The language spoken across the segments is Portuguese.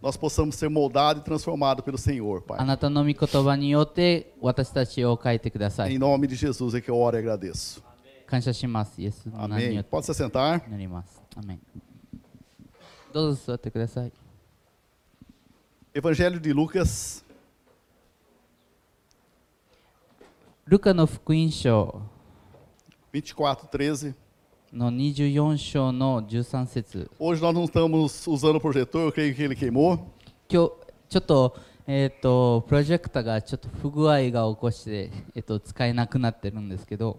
nós possamos ser moldados e transformados pelo Senhor, あ Pai. なたの御言葉によって私たちを変えてくださ Em い nome de Jesus é que eu oro e agradeço. 感謝しますイエスの名に Amém. よって Pode se sentar. なりますアメンどうぞ座ってください Evangelho de Lucas, ルカの福音書 24, 13. の24章の13節 Hoje nós não estamos usando o projetor, eu creio que ele queimou. 今日ちょっと,、えー、とプロジェクターがちょっと不具合が起こして、えー、と使えなくなってるんですけど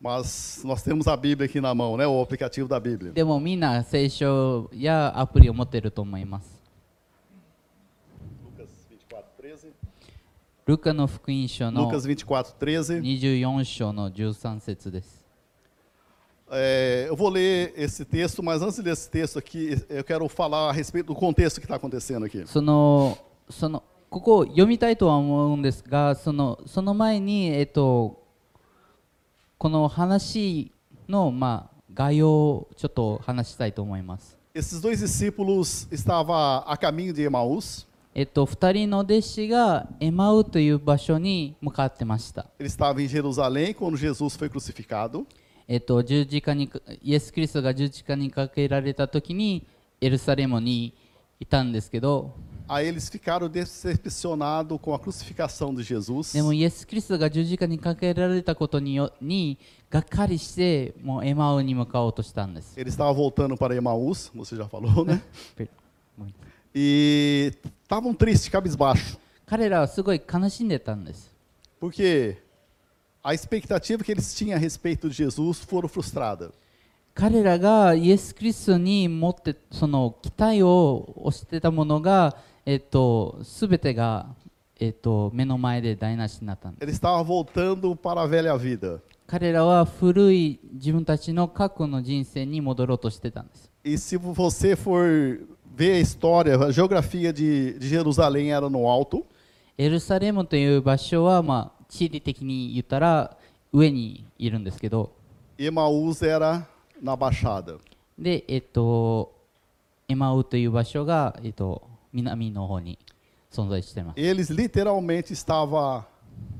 Mas nós temos a Bíblia aqui na mão, né? O aplicativo da Bíblia. でもみんな聖書やアプリを持ってると思います Lucas 24, 13. ルカの福音書の Lucas 24, 13. 24章の13節です。 É, eu vou ler esse texto, mas antes desse texto aqui, eu quero falar a respeito do contexto que está acontecendo aqui. そのそのここを読みたいとは思うんですがそのその前に、えっと、この話の、まあ、概要をちょっと話したいと思います。 Esses dois discípulos estavam a caminho de Emaús, えっと、2人の弟子がエマウという場所に向かってました。 ele estava em Jerusalém quando Jesus foi crucificado. えっと、十字架にかイエス・キリストが十字架にかけられた時にエルサレムにいたんですけど Aí eles ficaram decepcionados com a crucificação de Jesus. でもイエス・キリストが十字架にかけられたことによにがっかりしてもうエマオに向かおうとしたんです。 Ele estava voltando para Emaús, você já falou, né? ペもう一回 E estavam tristes, cabisbaixo, 彼らはすごい悲しんでたんです。 porque a expectativa que eles tinham a respeito de Jesus foram frustrada. 彼らがイエス・キリストに持ってその期待を押してたものが、えっと、全てが、えっと、目の前で台無しになったん Ele です。estava voltando para a velha vida. 彼らは古い自分たちの過去の人生に戻ろうとしてたんです。 E se você for ver a história, a geografia de, de Jerusalém era no alto. エルサレムという場所は、まあ、地理的に言ったら上にいるんですけど、 Emaús era na Baixada. で、えっと、エマウという場所が、えっと、南の方に存在してます。 Eles literalmente estavam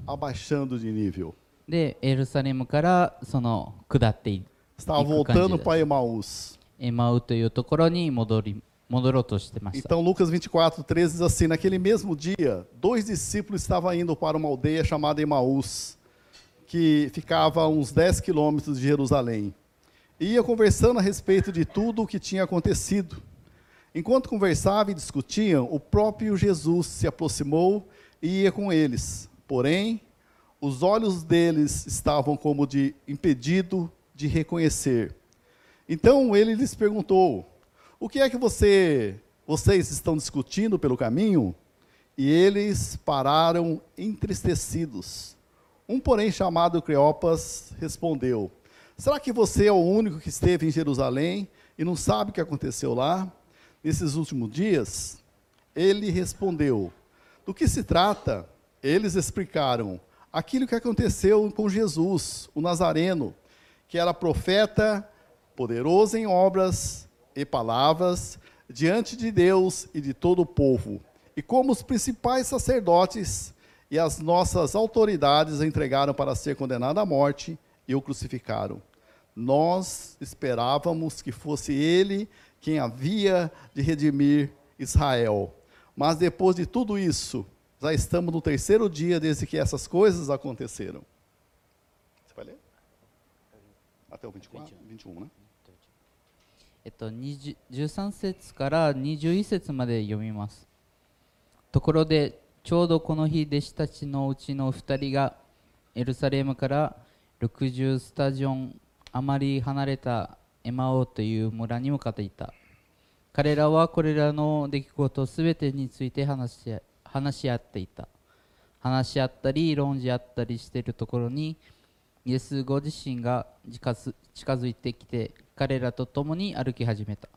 abaixando de nível. で、エルサレムからその下ってい Estavam E com voltando Cândida. para Emaús. エマウというところに戻り戻ろうとしてました。 Então Lucas 24, 13 diz assim, naquele mesmo dia, dois discípulos estavam indo para uma aldeia chamada Emaús, que ficava a uns 10 quilômetros de Jerusalém. E ia conversando a respeito de tudo o que tinha acontecido. Enquanto conversavam e discutiam, o próprio Jesus se aproximou e ia com eles. Porém, os olhos deles estavam como de impedido de reconhecer. Então ele lhes perguntou: O que é que você- vocês estão discutindo pelo caminho? E eles pararam entristecidos. Um, porém, chamado Cleopas, respondeu: Será que você é o único que esteve em Jerusalém e não sabe o que aconteceu lá nesses últimos dias? Ele respondeu: Do que se trata? Eles explicaram aquilo que aconteceu com Jesus, o Nazareno, que era profeta, poderoso em obras e palavras, diante de Deus e de todo o povo, e como os principais sacerdotes e as nossas autoridades o entregaram para ser condenado à morte e o crucificaram. Nós esperávamos que fosse ele quem havia de redimir Israel. Mas depois de tudo isso, já estamos no terceiro dia desde que essas coisas aconteceram. Você vai ler? Até o 24? 21, né? えっと、20 13節から21節まで読みます。ところでちょうどこの日弟子たちのうちの2人がエルサレムから60スタジオンあまり離れたエマオという村に向かっていた彼らはこれらの出来事すべてについて話し話し合っていた話し合ったり論じ合ったりしているところにイエスご自身が近づ近づいてきて彼らと共に歩き始めた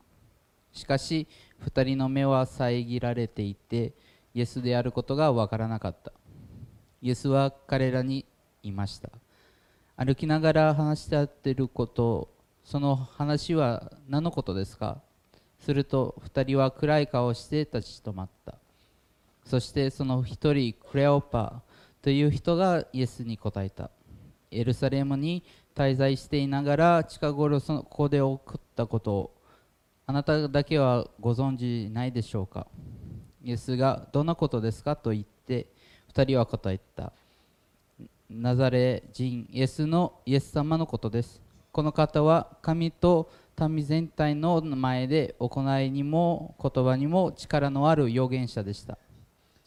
しかし2人の目は遮られていてイエスであることがわからなかったイエスは彼らに言いました歩きながら話し合っていることその話は何のことですかすると二人は暗い顔をして立ち止まったそしてその一人クレオパという人がイエスに答えたエルサレムに滞在していながら近頃そのここで起こったことをあなただけはご存知ないでしょうかイエスがどんなことですかと言って二人は答えたナザレ人イエスのイエス様のことですこの方は神と民全体の前で行いにも言葉にも力のある預言者でした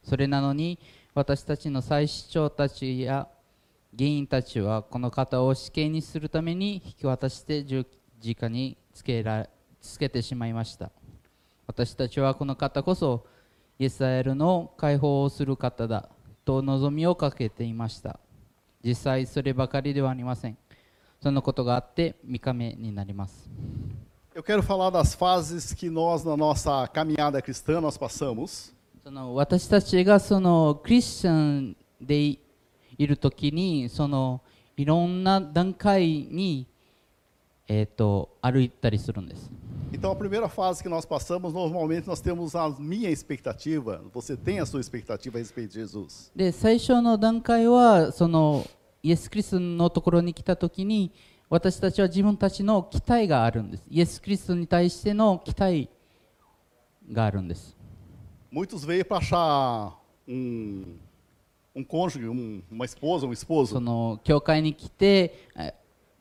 それなのに私たちの祭司長たちや議員たちはこの方を死刑にするために引き渡して十字架につけらつけてしまいました私たちはこの方こそイスラエルの解放をする方だと望みをかけていました実際そればかりではありませんそのことがあって3日目になります Eu quero falar das fases que nós, na nossa caminhada cristã, nós passamos. その私たちがそのクリスチャンでいるときにそのいろんな段階に、えー、と歩いたりするんです Então, a primeira fase que nós passamos, normalmente nós temos a minha expectativa. Você tem a sua expectativa a respeito de Jesus. で最初の段階はそのイエス・クリストのところに来たときに私たちは自分たちの期待があるんですイエス・クリストに対しての期待があるんです Muitos veio para achar um, um cônjuge, um- uma esposa, um そ esposo. の教会に来てえ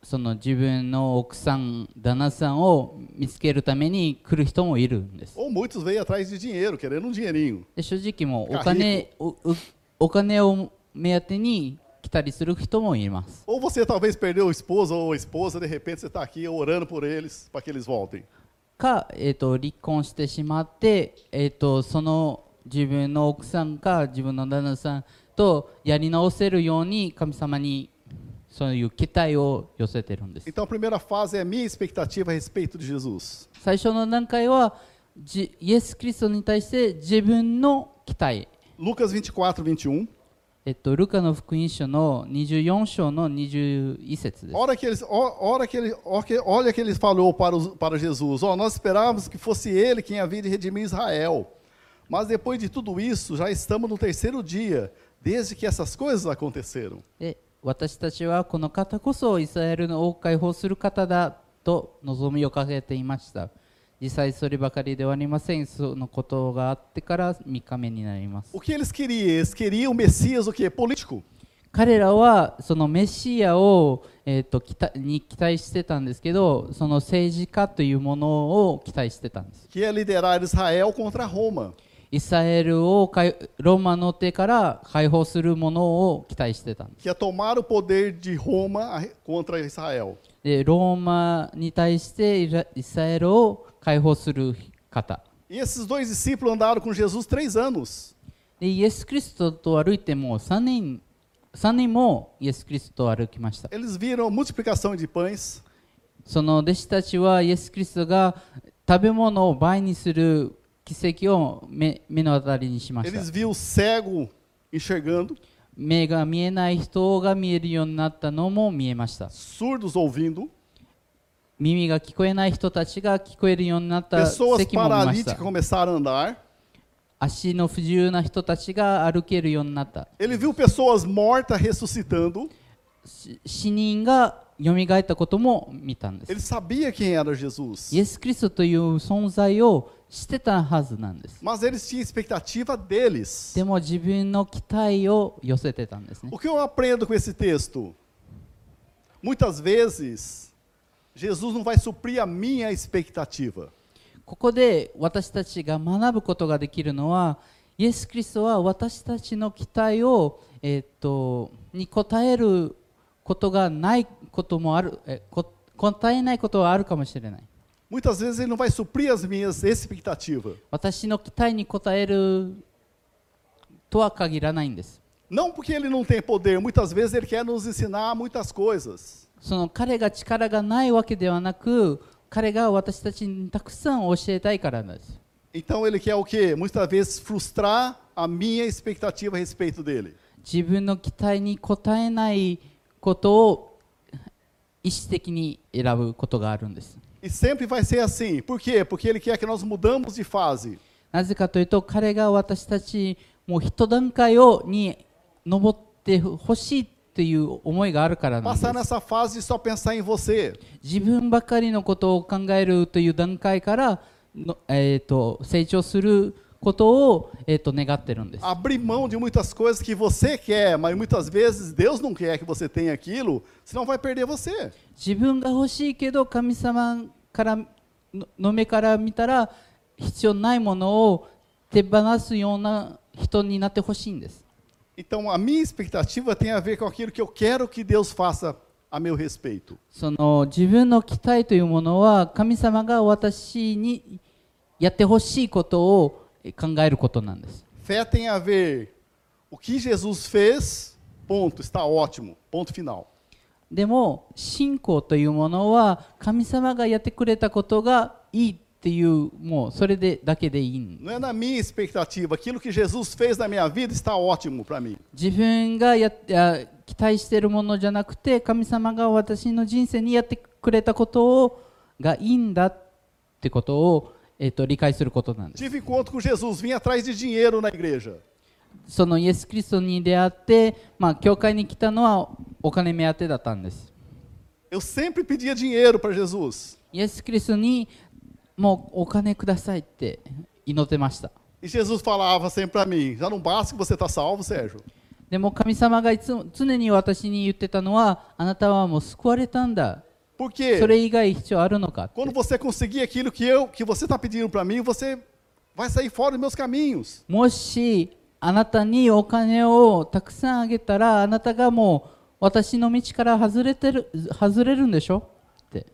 その自分の奥さん旦那さんを見つけるために来る人もいるんです Ou muitos veio atrás de dinheiro, querendo um dinheirinho. で正直もうおあいい金おおお金を目当てに来たりする人もいます Ou você talvez perdeu o esposo ou a esposa, de repente você está aqui orando por eles, para que eles voltem. か、えー、と離婚してしまって、えー、とその自分の奥さんか自分の旦那さんとやり直せるように神様にそういう期待を寄せてるんです Então, a primeira fase é a minha expectativa a respeito de Jesus. 最初の段階はじイエス・キリストに対して自分の期待、 Lucas 24, 21. えっと、ルカの福音書の24章の21節です Hora que eles, ó- hora que ele, ó que- olha que ele falou para, os- para Jesus: ó, Nós esperávamos que fosse ele quem havia de redimir Israel. Mas depois de tudo isso, já estamos no terceiro dia, desde que essas coisas aconteceram. で私たちはこの方こそイスラエルを解放する方だと望みをかけていました実際そればかりではありませんそのことがあってから3日目になります O que eles queriam? Eles queriam o Messias, o quê? Político. 彼らはそのメシアを、えっと期待に期待してたんですけどその政治家というものを期待してたんです Que ia liderar Israel contra Roma. イスラエルを解ローマの手から解放するものを期待してたんです Que ia tomar o poder de Roma a- contra Israel. でローマに対してイライスラエルを解放する方 E esses dois discípulos andaram com Jesus três anos. でイエス・キリストと歩いても3人3人もイエス・キリストと歩きました Eles viram a multiplicação de pães, その弟子たちはイエス・キリストが食べ物を倍にする奇跡を目目の当たりにしました eles viram o cego enxergando, 目が見えない人が見えるようになったのも見えました surdos ouvindo, 耳が聞こえない人たちが聞こえるようになった奇跡も pessoas 見まし paralíticas た começaram a andar. 足の不自由な人たちが歩けるようになった Ele viu pessoas mortas ressuscitando. し死人が蘇ったことも見たんです Ele sabia quem era Jesus, イエス・キリストという存在を知ってたはずなんです。 mas eles tinham expectativa deles. でも自分の期待を寄せてたんですね。 O que eu aprendo com esse texto? Muitas vezes, Jesus não vai suprir a minha expectativa. ここで私たちが学ぶことができるのは、イエス・キリストは私たちの期待を、えーっとに応えることがないこともある、えこ答えないことはあるかもしれない。 Muitas vezes ele não vai suprir as minhas expectativas. 私の期待に応えるとは限らないんです。 Não porque ele não tem poder, muitas vezes ele quer nos ensinar muitas coisas. その彼が力がないわけではなく彼が私たちにたくさん教えたいからなんです Então ele quer o quê? Muitas vezes frustrar a minha expectativa a respeito dele. 自分の期待に応えないことを意思的に選ぶことがあるんです E sempre vai ser assim. Por quê? Porque ele quer que nós mudamos de fase. なぜかというと彼が私たちもう一段階をに登ってほしいという思いがあるからなんです Passar nessa fase de só pensar em você. 自分ばかりのことを考えるという段階からの、えー、と成長することを、えー、と願ってるんです Abrir mão de muitas coisas que você quer, mas muitas vezes Deus não quer que você tenha aquilo, senão vai perder você. 自分が欲しいけど神様からのの目から見たら必要ないものを手放すような人になってほしいんです Então a minha expectativa tem a ver com aquilo que eu quero que Deus faça a meu respeito. その自分の期待というものは神様が私にやってほしいことを考えることなんです Fé tem a ver o que Jesus fez, ponto, está ótimo, ponto final. でも信仰というものは神様がやってくれたことがいいっていうもうそれでだけでいいん Não é na minha expectativa, aquilo que Jesus fez na minha vida está ótimo para mim. 自分がやや期待しているものじゃなくて神様が私の人生にやってくれたことをがいいんだってことを、えっと理解することなんです Tive encontro com Jesus, vim atrás de dinheiro na igreja. そのイエス・キリストに出会って、まあ、教会に来たのはお金目当てだったんです Eu sempre pedia dinheiro para Jesus. イエス・キリストにもうお金くださいって祈ってました E Jesus falava sempre para mim: já não basta que você está salvo, Sérgio? でも神様がいつも常に私に言ってたのはあなたはもう救われたんだ Por そ quê? れ以外必要あるのかって Quando você conseguir aquilo que, eu, que você está pedindo para mim, você vai sair fora dos meus caminhos. もしあなたにお金をたくさんあげたらあなたがもう私の道から外れてる外れるんでしょって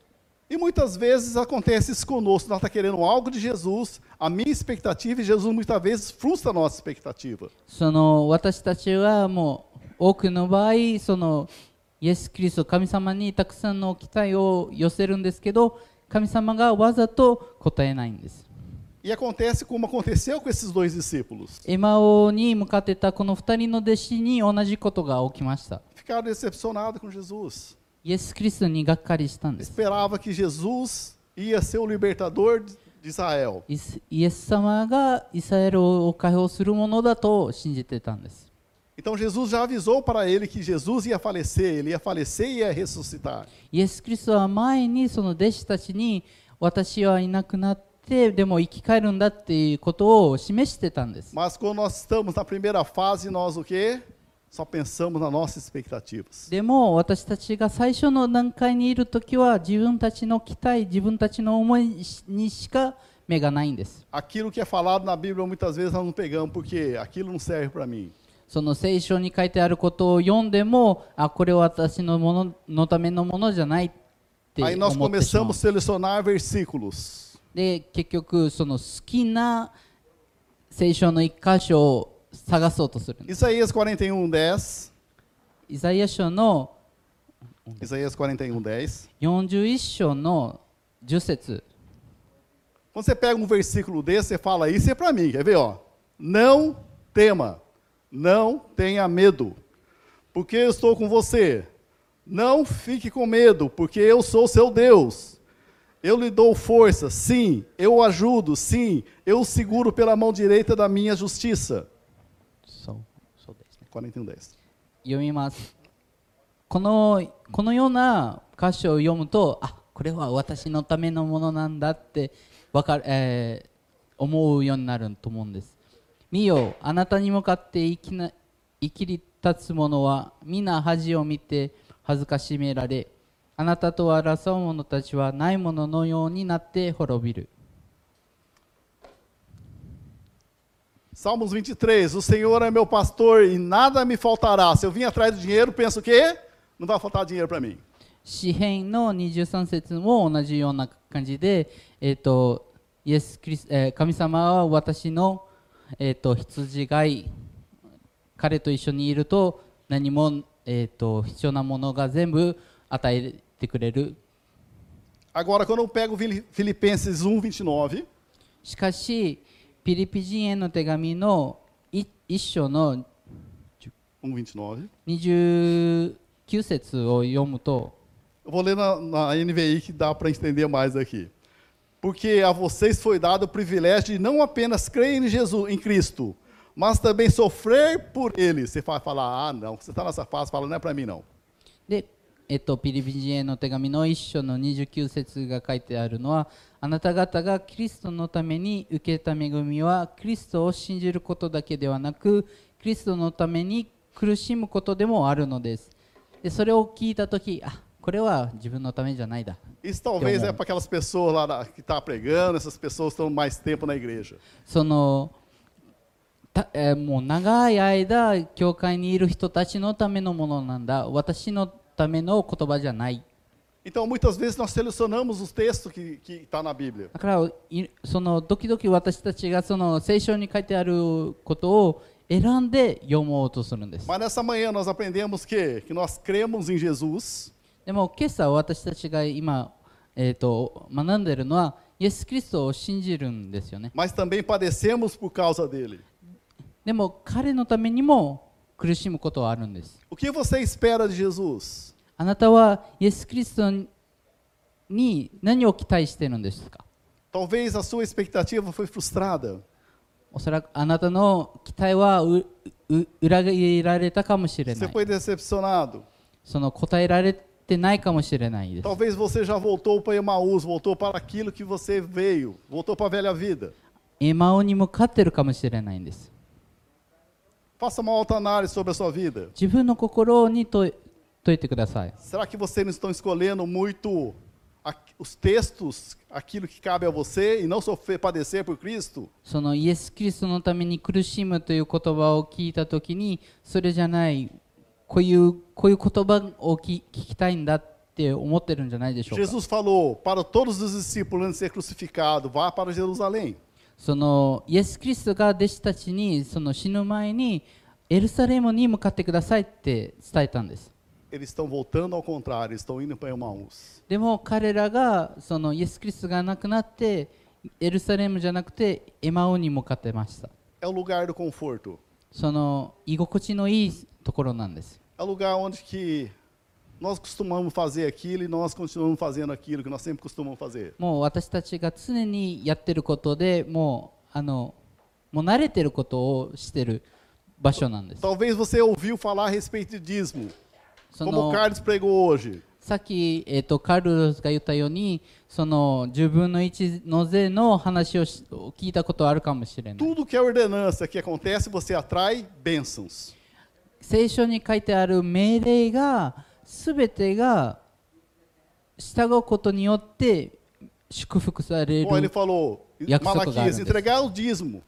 E muitas vezes acontece isso conosco. Nós estamos querendo algo de Jesus, a minha expectativa, e Jesus muitas vezes frustra a nossa expectativa. その私たちはもう多くの場合そのイエス・キリスト神様にたくさんの期待を寄せるんですけど神様がわざと答えないんです E acontece como aconteceu com esses dois discípulos. エマオに向かってたこの2人の弟子に同じことが起きました Ficaram decepcionados com Jesus. イエス・キリストにがっかりしたんです Esperava que Jesus ia ser o libertador de Israel. イスイエス様がイスラエルを解放するものだと信じてたんです Então Jesus já avisou para ele que Jesus ia falecer, ele ia falecer e ia ressuscitar. イエス・キリストは前にその弟子たちに私はいなくなってでも生き返るんだっていうことを示してたんです Mas quando nós estamos na primeira fase, nós o quê? Só pensamos nas nossas expectativas. でも私たちが最初の段階にいる時は自分たちの期待自分たちの思いにしか目がないんです Aquilo que é falado na Bíblia muitas vezes nós não pegamos porque aquilo não serve para mim. その聖書に書いてあることを読んでもあこれは私のもののためのものじゃないって Aí nós 思ってしまう começamos a selecionar versículos. で結局その好きな聖書の一箇所を探そうとするんです Isaías 41, 10. イザヤ書の Isaías 41, 10. 41章の10節 Quando você pega um versículo desse, você fala, isso é para mim, quer ver? Ó? Não tema, não tenha medo, porque eu estou com você. Não fique com medo, porque eu sou seu Deus. Eu lhe dou força, sim, eu o ajudo, sim, eu o seguro pela mão direita da minha justiça. そうそうですね 41, 10. 読みますこのこのような箇所を読むとあこれは私のためのものなんだってわかる、えー思うようになると思うんです見よあなたに向かって生きな生きり立つ者は皆恥を見て恥ずかしめられあなたと争う者たちはないもののようになって滅びる Salmos 23, o Senhor é meu pastor e nada me faltará. Se eu vim atrás do dinheiro, penso o quê? Não vai faltar dinheiro para mim. 詩篇の23節も同じような感じで、えーとイエスキリスえー神様は私の、えー、と羊飼い彼と一緒にいると何も、えー、と必要なものが全部与えてくれる Agora, quando eu pego Fili- Filipenses 1, 29, しかしピリピ人への手紙のい一章の 1, 29, 29節を読むと Eu vou ler na, na NVI que dá para entender mais aqui. Porque a vocês foi dado o privilégio de não apenas crer em Jesus, em Cristo, mas também sofrer por ele. Você vai falar, ah, não, você está nessa fase, fala, não é para mim, não. で、えっと、ピリピ人への手紙の一章の29節が書いてあるのはあなた方がキリストのために受けた恵みはキリストを信じることだけではなくキリストのために苦しむことでもあるのですでそれを聞いた時あこれは自分のためじゃないだ Isso talvez Eu é amo. para aquelas pessoas lá da- que estão pregando, essas pessoas que estão mais tempo na igreja. そのたえーもう長い間教会にいる人たちのためのものなんだ私のための言葉じゃない Então, muitas vezes, nós selecionamos os textos que está na Bíblia. だからいその時々私たちがその聖書に書いてあることを選んで読もうとするんです Mas nessa manhã nós aprendemos que, que nós cremos em Jesus, でも今朝私たちが今、えー、と学んでいるのはイエス・キリストを信じるんですよね mas também padecemos por causa dele. でも彼のためにも苦しむことはあるんです O que você espera de Jesus? あなたはイエス・キリストに何を期待してるんですか Talvez a sua expectativa foi frustrada. おそらくあなたの期待はうう裏切られたかもしれな Você い foi decepcionado. その答えられてないかもしれないです Talvez você já voltou para Emaús, voltou para aquilo que você veio, voltou para a velha vida. エマオに向かってるかもしれないんです Faça uma autoanálise sobre a sua vida. 自分の心にと解いてください Será que vocês não estão escolhendo muito a- os textos, aquilo que cabe a você e não sofrer, padecer por Cristo? そのイエス・キリストのために苦しむという言葉を聞いたときにそれじゃないこういうこういう言葉をき聞きたいんだって思ってるんじゃないでしょうか Jesus falou para todos os discípulos antes de ser crucificado, vá para Jerusalém. そのイエス・キリストが弟子たちにその死ぬ前にエルサレムに向かってくださいって伝えたんです Eles estão voltando ao contrário, estão indo para Emaús. でも彼らがそのイエス・キリストが亡くなってエルサレムじゃなくてエマオに向かってました É o lugar do conforto. その居心地のいいところなんです。 É o lugar onde que nós costumamos fazer aquilo e nós continuamos fazendo aquilo que nós sempre costumamos fazer. もう私たちが常にやってることでもうあのもう慣れてることをしてる場所なんです。 Talvez você ouviu falar a respeito de dízimo, そ como o の Carlos pregou hoje. さっき、えっとカルロスが言ったようにその10分の1の税の話をしを聞いたことあるかもしれない。 Tudo que é ordenança que acontece, você atrai bênçãos. 聖書に書いてある命令が全てが従うことによって祝福され Bom, ele る。 falou, Yakuza Malaquias, Kogaran, entregar o dízimo.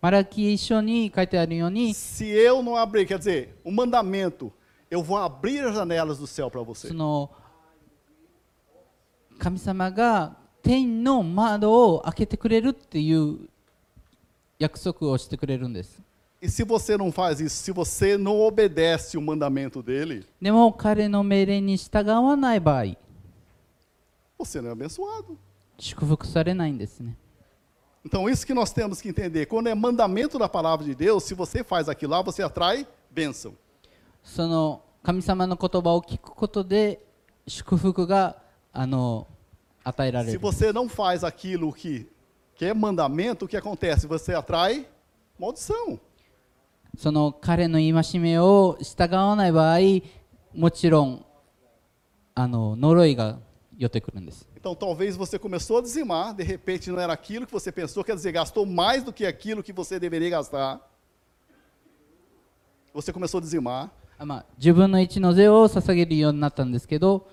マラキ一緒に書いてあるように Se eu não abrir, quer dizer, o mandamento, eu vou abrir as janelas do céu para そ você. の神様が天の窓を開けてくれるっていう約束をしてくれるんです E se você não faz isso, se você não obedece o mandamento dele, でも彼の命令に従わない場合 você não é abençoado. 祝福されないんですね Então, isso que nós temos que entender. Quando é mandamento da palavra de Deus, se você faz aquilo lá, você atrai bênção. その神様の言葉を聞くことで祝福があの与えられ Se る você não faz aquilo que, que é mandamento, o que acontece? Você atrai maldição. その彼の戒めを従わない場合もちろんあの呪いが寄ってくるんです Então, talvez você começou a dizimar, de repente não era aquilo que você pensou, quer dizer, gastou mais do que aquilo que você deveria gastar. Você começou a dizimar. あまあ、自分の一の税を捧げるようになったんですけど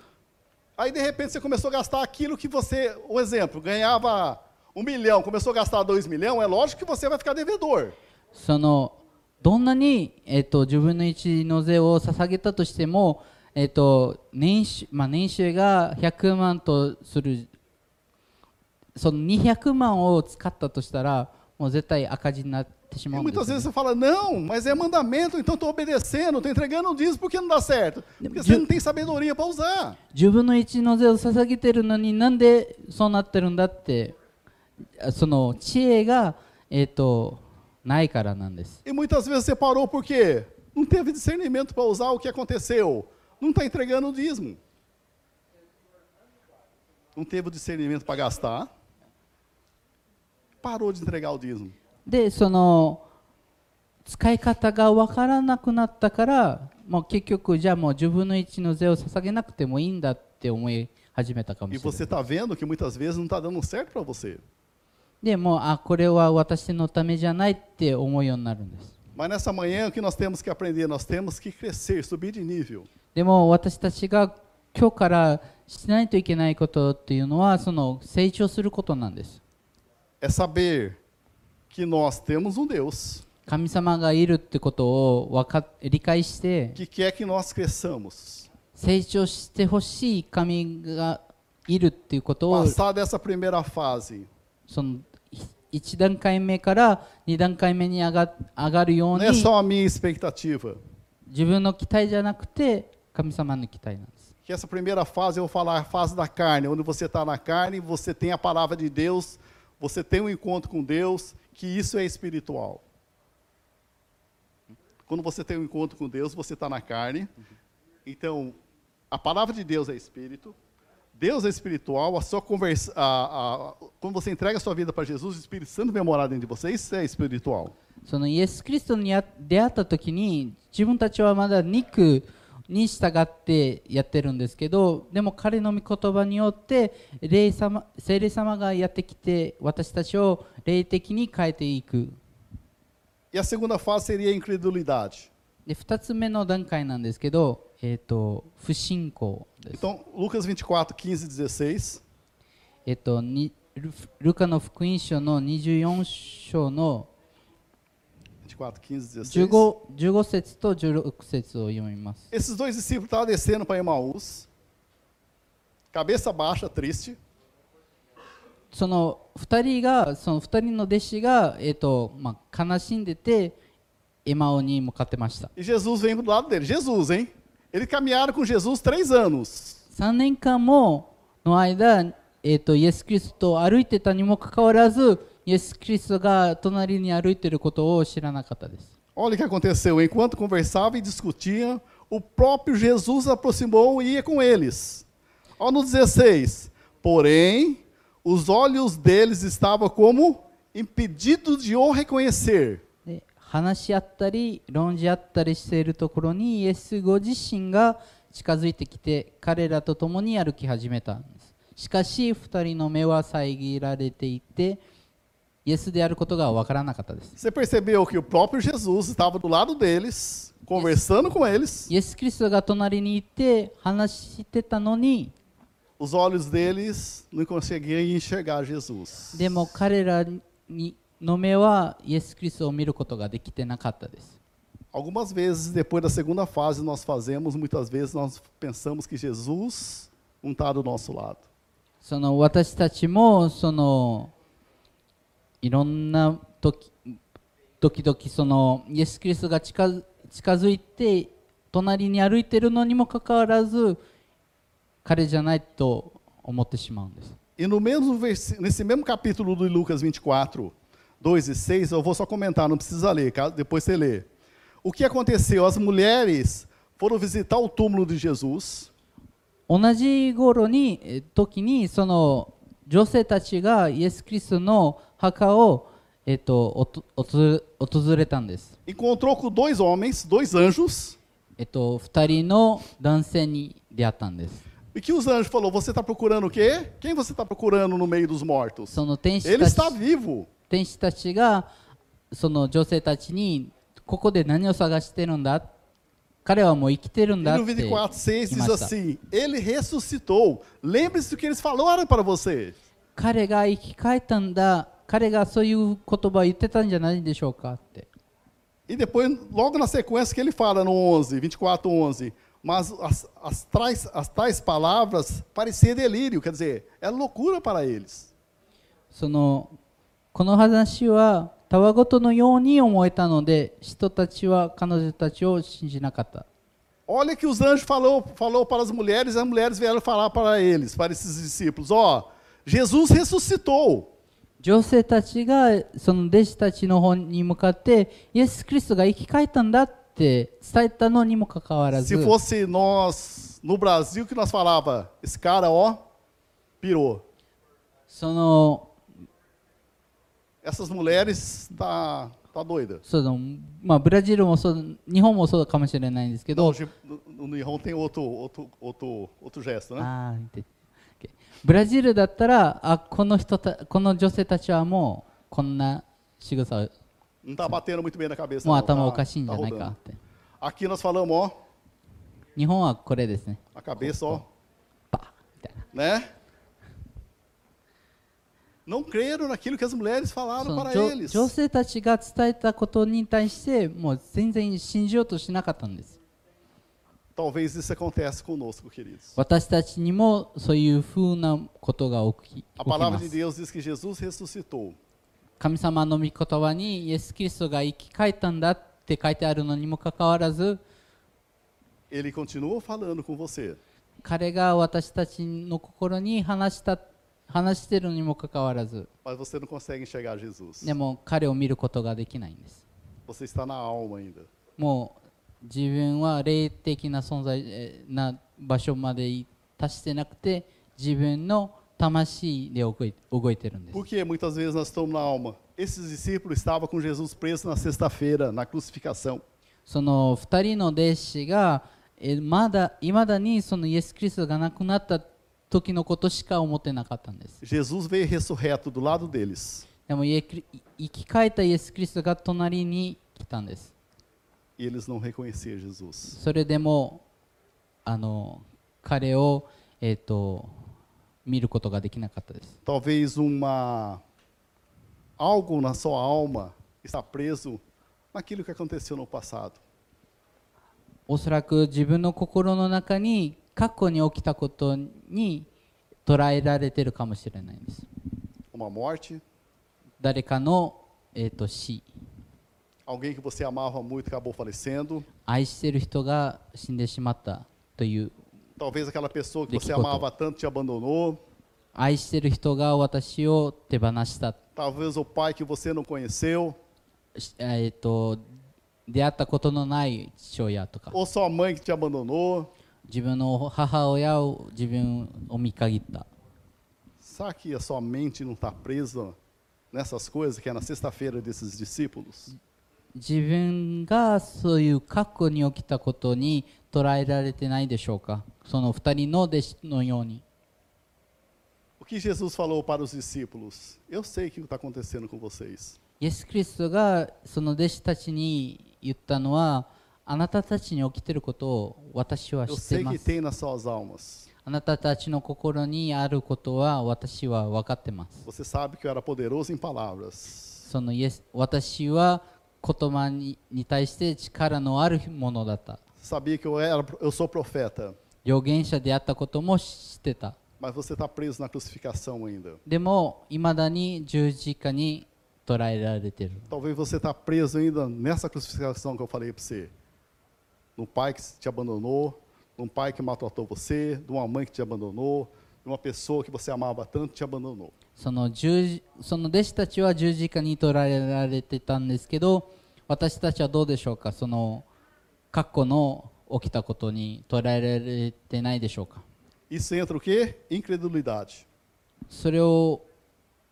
Aí, de repente, você começou a gastar aquilo que você, um exemplo, ganhava um milhão, começou a gastar dois milhões, é lógico que você vai ficar devedor. そのどんなに、えっと自分の一の税を捧げたとしても、えっと年収まあ、年収が100万とするその200万を使ったとしたらもう絶対赤字になってし E まうんですよ muitas ね、 vezes você fala, não, mas é mandamento, então estou obedecendo, estou entregando o dízimo, por que não dá certo? Porque você não tem sabedoria para usar. 自分の一の税を捧げてるのになんでそうなってるんだってあその知恵が、えっとないからなんです E muitas vezes você parou porque não teve discernimento para usar o que aconteceu. Não está entregando o tá dízimo. não teve o discernimento para gastar, parou de entregar o dízimo. でその使い方が分からなくなったからもう結局じゃあもう10分の1の税を捧げなくてもいいんだって思い始めたかも E しれない você está vendo que muitas vezes não está dando certo para você. でもうあこれは私のためじゃないって思うようになるんです Mas nessa manhã, o que nós temos que aprender? Nós temos que crescer, subir de nível. でも私たちが今日からしないといけないことっていうのはその成長することなんです É saber que nós temos um Deus 神様がいるってことをわか理解して que quer que nós cresçamos. 成長してほしい神がいるっていうことを Passar dessa primeira fase. その1段階目から2段階目に上が上がるよ Não うに é só a minha expectativa. 自分の期待じゃなくて神様の期待なんです。 Que essa primeira fase, eu vou falar, a fase da carne, onde você está na carne, você tem a palavra de Deus, você tem um encontro com Deus, que isso é espiritual. Quando você tem um encontro com Deus, você está na carne. Então, a palavra de Deus é espírito. Deus é espiritual. A sua conversa, a- a- quando você entrega a sua vida para Jesus, o Espírito Santo vem morar dentro de você. Isso é espiritual. そのイエス・キリストにあ出会った時に自分たちはまだ肉に従ってやってるんですけどでも彼の御言葉によって霊様聖霊様がやってきて私たちを霊的に変えていく E a segunda fase seria a incredulidade. で2つ目の段階なんですけど、えー、と不信仰です。 Então, Lucas 24, 15 e 16. えっと、にルルカの福音書の24章の 24, 15 e 16. 15, 15節と16節を読みます。 Esses dois discípulos estavam descendo para Emaús, cabeça baixa, triste. その2人がその二人の弟子が、えっとまあ、悲しんでてエマオに向かってました。 E Jesus vem do lado dele. Jesus, hein? Eles caminharam com Jesus três anos. 3年間もの間、えっとイエス・キリストと歩いてたにもかかわらずイエス・キリストが隣に歩いてることを知らなかったです。 Olha o que aconteceu. Enquanto conversavam e discutiam, o próprio Jesus aproximou e ia com eles. Olha no 16. Porém, os olhos deles estavam como impedidos de o reconhecer. で話し合ったり論じ合ったりしているところにイエスご自身が近づいてきて彼らと共に歩き始めたんですしかし2人の目は遮られていてイエスであることが分からなかったです Você percebeu que o próprio Jesus estava do lado deles, conversando com eles. イエス・キリストが隣にいて話してたのに Os olhos deles não conseguiam enxergar Jesus. でも彼らにの目はイエス・キリストを見ることができてなかったです Algumas vezes, depois da segunda fase, nós fazemos, muitas vezes nós pensamos que Jesus não está do nosso lado. その私たちもそのいろんな時時々そのイエス・キリストが近づ近づいて隣に歩いてるのにもかかわらず彼じゃないと思ってしまうんです。 E no mesmo versi- nesse mesmo capítulo do Lucas 24, 2 e 6, eu vou só comentar, não precisa ler, ca- depois você lê. O que aconteceu? As mulheres foram visitar o túmulo de Jesus. 同じ頃にえ時にその女性たちがイエス・キリストの墓を、えっと、おとおつ訪れたんです。 Encontrou com dois homens, dois anjos, えっと、2人の男性に出会ったんです。 e que os anjos falou: "Você está procurando o quê? Quem você está procurando no meio dos mortos? その天使 Ele たち está vivo." 天使たちがその女性たちにここで何を探してるんだ彼はもう生きてるん E だっ no て 24, 6 Que diz massa. assim: Ele ressuscitou. Lembre-se do que eles falaram para você. 彼が生き返ったんだ彼がそういう言葉を言ってたんじゃないでしょうかって E depois, logo na sequência, que ele fala no 11, 24, 11. Mas as, as, tais, as tais palavras pareciam delírio, quer dizer, é loucura para eles. そのこの話はたわごとのように思えたので人たちは彼女たちを信じなかった Olha que os anjos falou, falou para as mulheres, e as mulheres vieram falar para eles, para esses discípulos: Ó, Jesus ressuscitou. 女性たちがその弟子たちの方に向かってイエス・キリストが生き返ったんだって伝えたのにもかかわらず Se fosse nós, no Brasil, que nós falava, esse cara, ó, pirou. その Essas mulheres tá tá doida. そうだまあ、ブラジルもそう日本もそうかもしれないんですけ Não, ど de- Então, tipo, no, no Nihon tem outro outro outro outro gesto, né? あーでブラジルだったらあこの人たこの女性たちはもうこんな仕草を Não tá batendo muito bem na cabeça. もう não, tá, 頭おかしいんじ tá ゃないか rodando. って Aqui nós falamos, ó, 日本はこれですね a cabeça, ó, バーみたいな né? Não creram naquilo que as mulheres そ falaram の para 女 eles. 女性たちが伝えたことに対してもう全然信じようとしなかったんです Talvez isso aconteça conosco, queridos. 私たちにもそういうふうなことが起き起 A きま palavra de す Deus diz que Jesus ressuscitou. 神様の御言葉にイエス・キリストが生き返ったんだって書いてあるのにもかかわらず Ele continua falando com você. 彼が私たちの心に話した話してるにもかかわらず Mas você não consegue enxergar Jesus. でも彼を見ることができないんです Você está na alma ainda. もう自分は霊的な存在えーな場所まで達してなくて自分の魂で動い動いてるんです Porque muitas vezes nós estamos na alma. Esses discípulos estavam com Jesus preso na sexta-feira, na crucificação. その2人の弟子がえーまだいまだにそのイエス・キリストが亡くなった時のことしか思ってなかったんです Jesus veio ressurreto do lado deles. でもイエクリ生き返ったイエス・キリストが隣に来たんです E eles não reconheciam Jesus. それでもあの彼を、えー、と見ることができなかったです Talvez uma algo na sua alma está preso naquilo que aconteceu no passado. おそらく自分の心の中に過去に起きたことに捉えられてるかもしれないんです Uma morte, 誰かの、えー、と死 alguém que você amava muito acabou falecendo. 愛してる人が死んでしまったという Talvez aquela pessoa que De que você contou? amava tanto te abandonou. 愛してる人が私を手放した、 Talvez o pai que você não conheceu. しえー、と出会ったことのない父親とか Ou sua mãe que te abandonou. 自分の母親を自分を見限った。 Será que a sua mente não está presa nessas coisas que é na sexta-feira desses discípulos? 自分がそういう過去に起きたことに捉えられてないでしょうかその2人の弟子のように O que Jesus falou para os discípulos? Eu sei o que está acontecendo com vocês. イエス・キリストがその弟子たちに言ったのはあなたたちに起きてることを私は知 Eu ってい sei ま que す tem nas suas almas. あなたたちの心にあることは私は分かってます Você sabe que eu era poderoso em palavras. そのイエス私は言葉にに対して力のあるものだった Sabia que eu era, eu sou profeta. 預言者であったことも知ってた Mas você está preso na crucificação ainda. でも、いまだに十字架に捉えられている。 Talvez você está preso ainda nessa crucificação que eu falei para você. Num pai que te abandonou, num pai que maltratou você, de uma mãe que te abandonou, de uma pessoa que você amava tanto te abandonou. その十字その弟子たちは十字架に捉えられてたんですけど、私たちはどうでしょうか、その過去の起きたことに捉えられてないでしょうか。 Isso entra o quê? Incredulidade. それを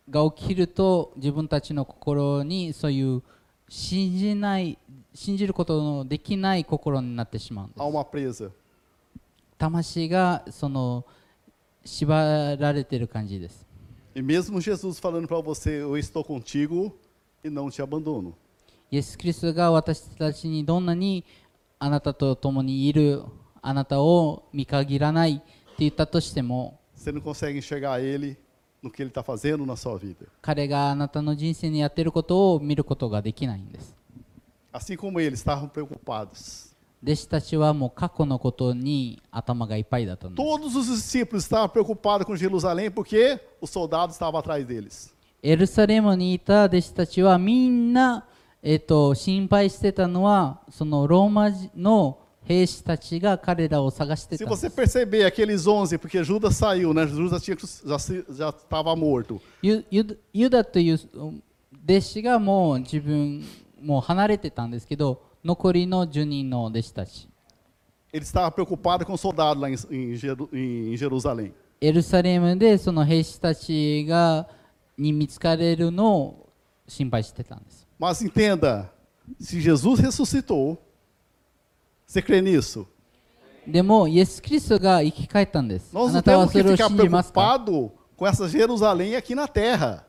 が起きると、自分たちの心にそういう信じない、信じることのできない心になってしまうんです Há。uma presa. 魂がその縛られてる感じです。 E mesmo Jesus falando para você, eu estou contigo e não te abandono. イエス・キリストが私たちにどんなにあなたと共にいるあなたを見限らないって言ったとしても Você não consegue enxergar ele no que ele está fazendo na sua vida. 彼があなたの人生にやってることを見ることができないんです Assim como eles estavam preocupados. 弟子たちはもう過去のことに頭がいっぱいだったんです Todos os discípulos estavam preocupados com Jerusalém porque os soldados estavam atrás deles. エルサレムにいた弟子たちはみんな、えっと心配してたのはそのローマ人の兵士たちが彼らを探してた Se んです você perceber aqueles 11, porque Judas saiu, né? Judas tinha, já se- já estava morto. ユユダユダといううん弟子がもう自分もう離れてたんですけど残りの10人の弟子たち Ele estava preocupado com o soldado lá em, em Jeru- em Jerusalém. エルサレムでその兵士たちがに見つかれるのを心配してたんです。 Mas entenda, se Jesus ressuscitou, você crê nisso? でも、イエス・キリストが生き返ったんです。あ Nós な não たは temos そ que れを ficar 信じますか preocupado com essa Jerusalém aqui na terra.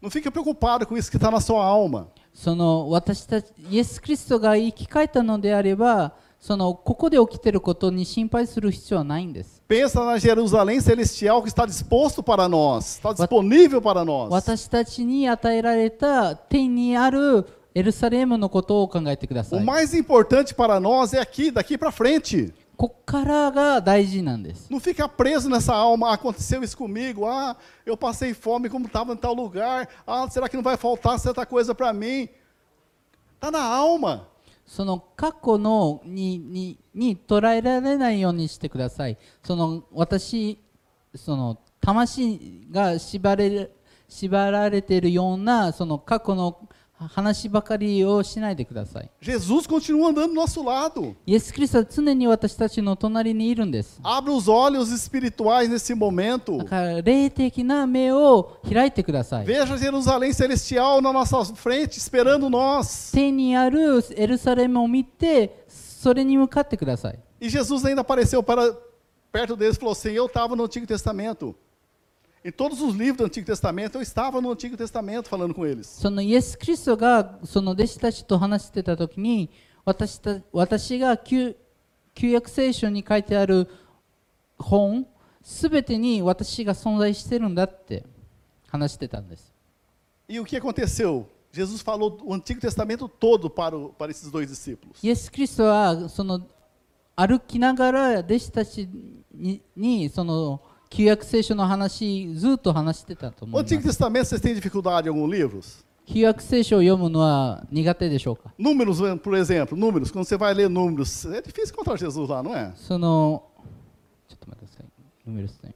Não fica preocupado com isso que está na sua alma. その私たち、イエス・キリストが生き返ったのであれば、そのここで起きていることに心配する必要はないんです。 Pensa na Jerusalém celestial que está disposto para nós, está disponível para nós. 私たちに与えられた天にあるエルサレムのことを考えてくださ O い。 mais importante para nós é aqui, daqui para frente. こっからが大事なんです。 Não fica preso nessa alma. Ah, aconteceu isso comigo. Ah, eu passei fome como estava em tal lugar. Ah, será que não vai faltar certa coisa para mim? Está na alma. その過去のににに捉えられないようにしてください。その私その魂が縛れる縛られているようなその過去の話ばかりをしないでください。 Jesus continua andando do nosso lado. イエス・キリストは常に私たちの隣にいるんです。 Abra os olhos espirituais nesse momento. だから霊的な目を開いてください。 Veja Jerusalém celestial na nossa frente, esperando nós. 天にあるエルサレムを見てそれに向かってください。 E Jesus ainda apareceu para perto deles e falou assim: Eu estava no Antigo Testamento. Em todos os livros do Antigo Testamento, eu estava no Antigo Testamento falando com eles. そのイエス・キリストがその弟子たちと話してた時に私た私が旧旧約聖書に書いてある本すべてに私が存在してるんだって話してたんです。 E o que aconteceu? Jesus falou o Antigo Testamento todo para, o- para esses dois discípulos. イエス・キリストはその歩きながら弟子たちににその旧約聖書の話ずっと話してたと思 O います Antigo。Testamento, vocês têm dificuldade em alguns livros? 旧約聖書を読むのは苦手でしょうか Números, por exemplo, números. Quando você vai ler números, é difícil encontrar Jesus lá, não é? そのちょっと待ってください。読めるっすね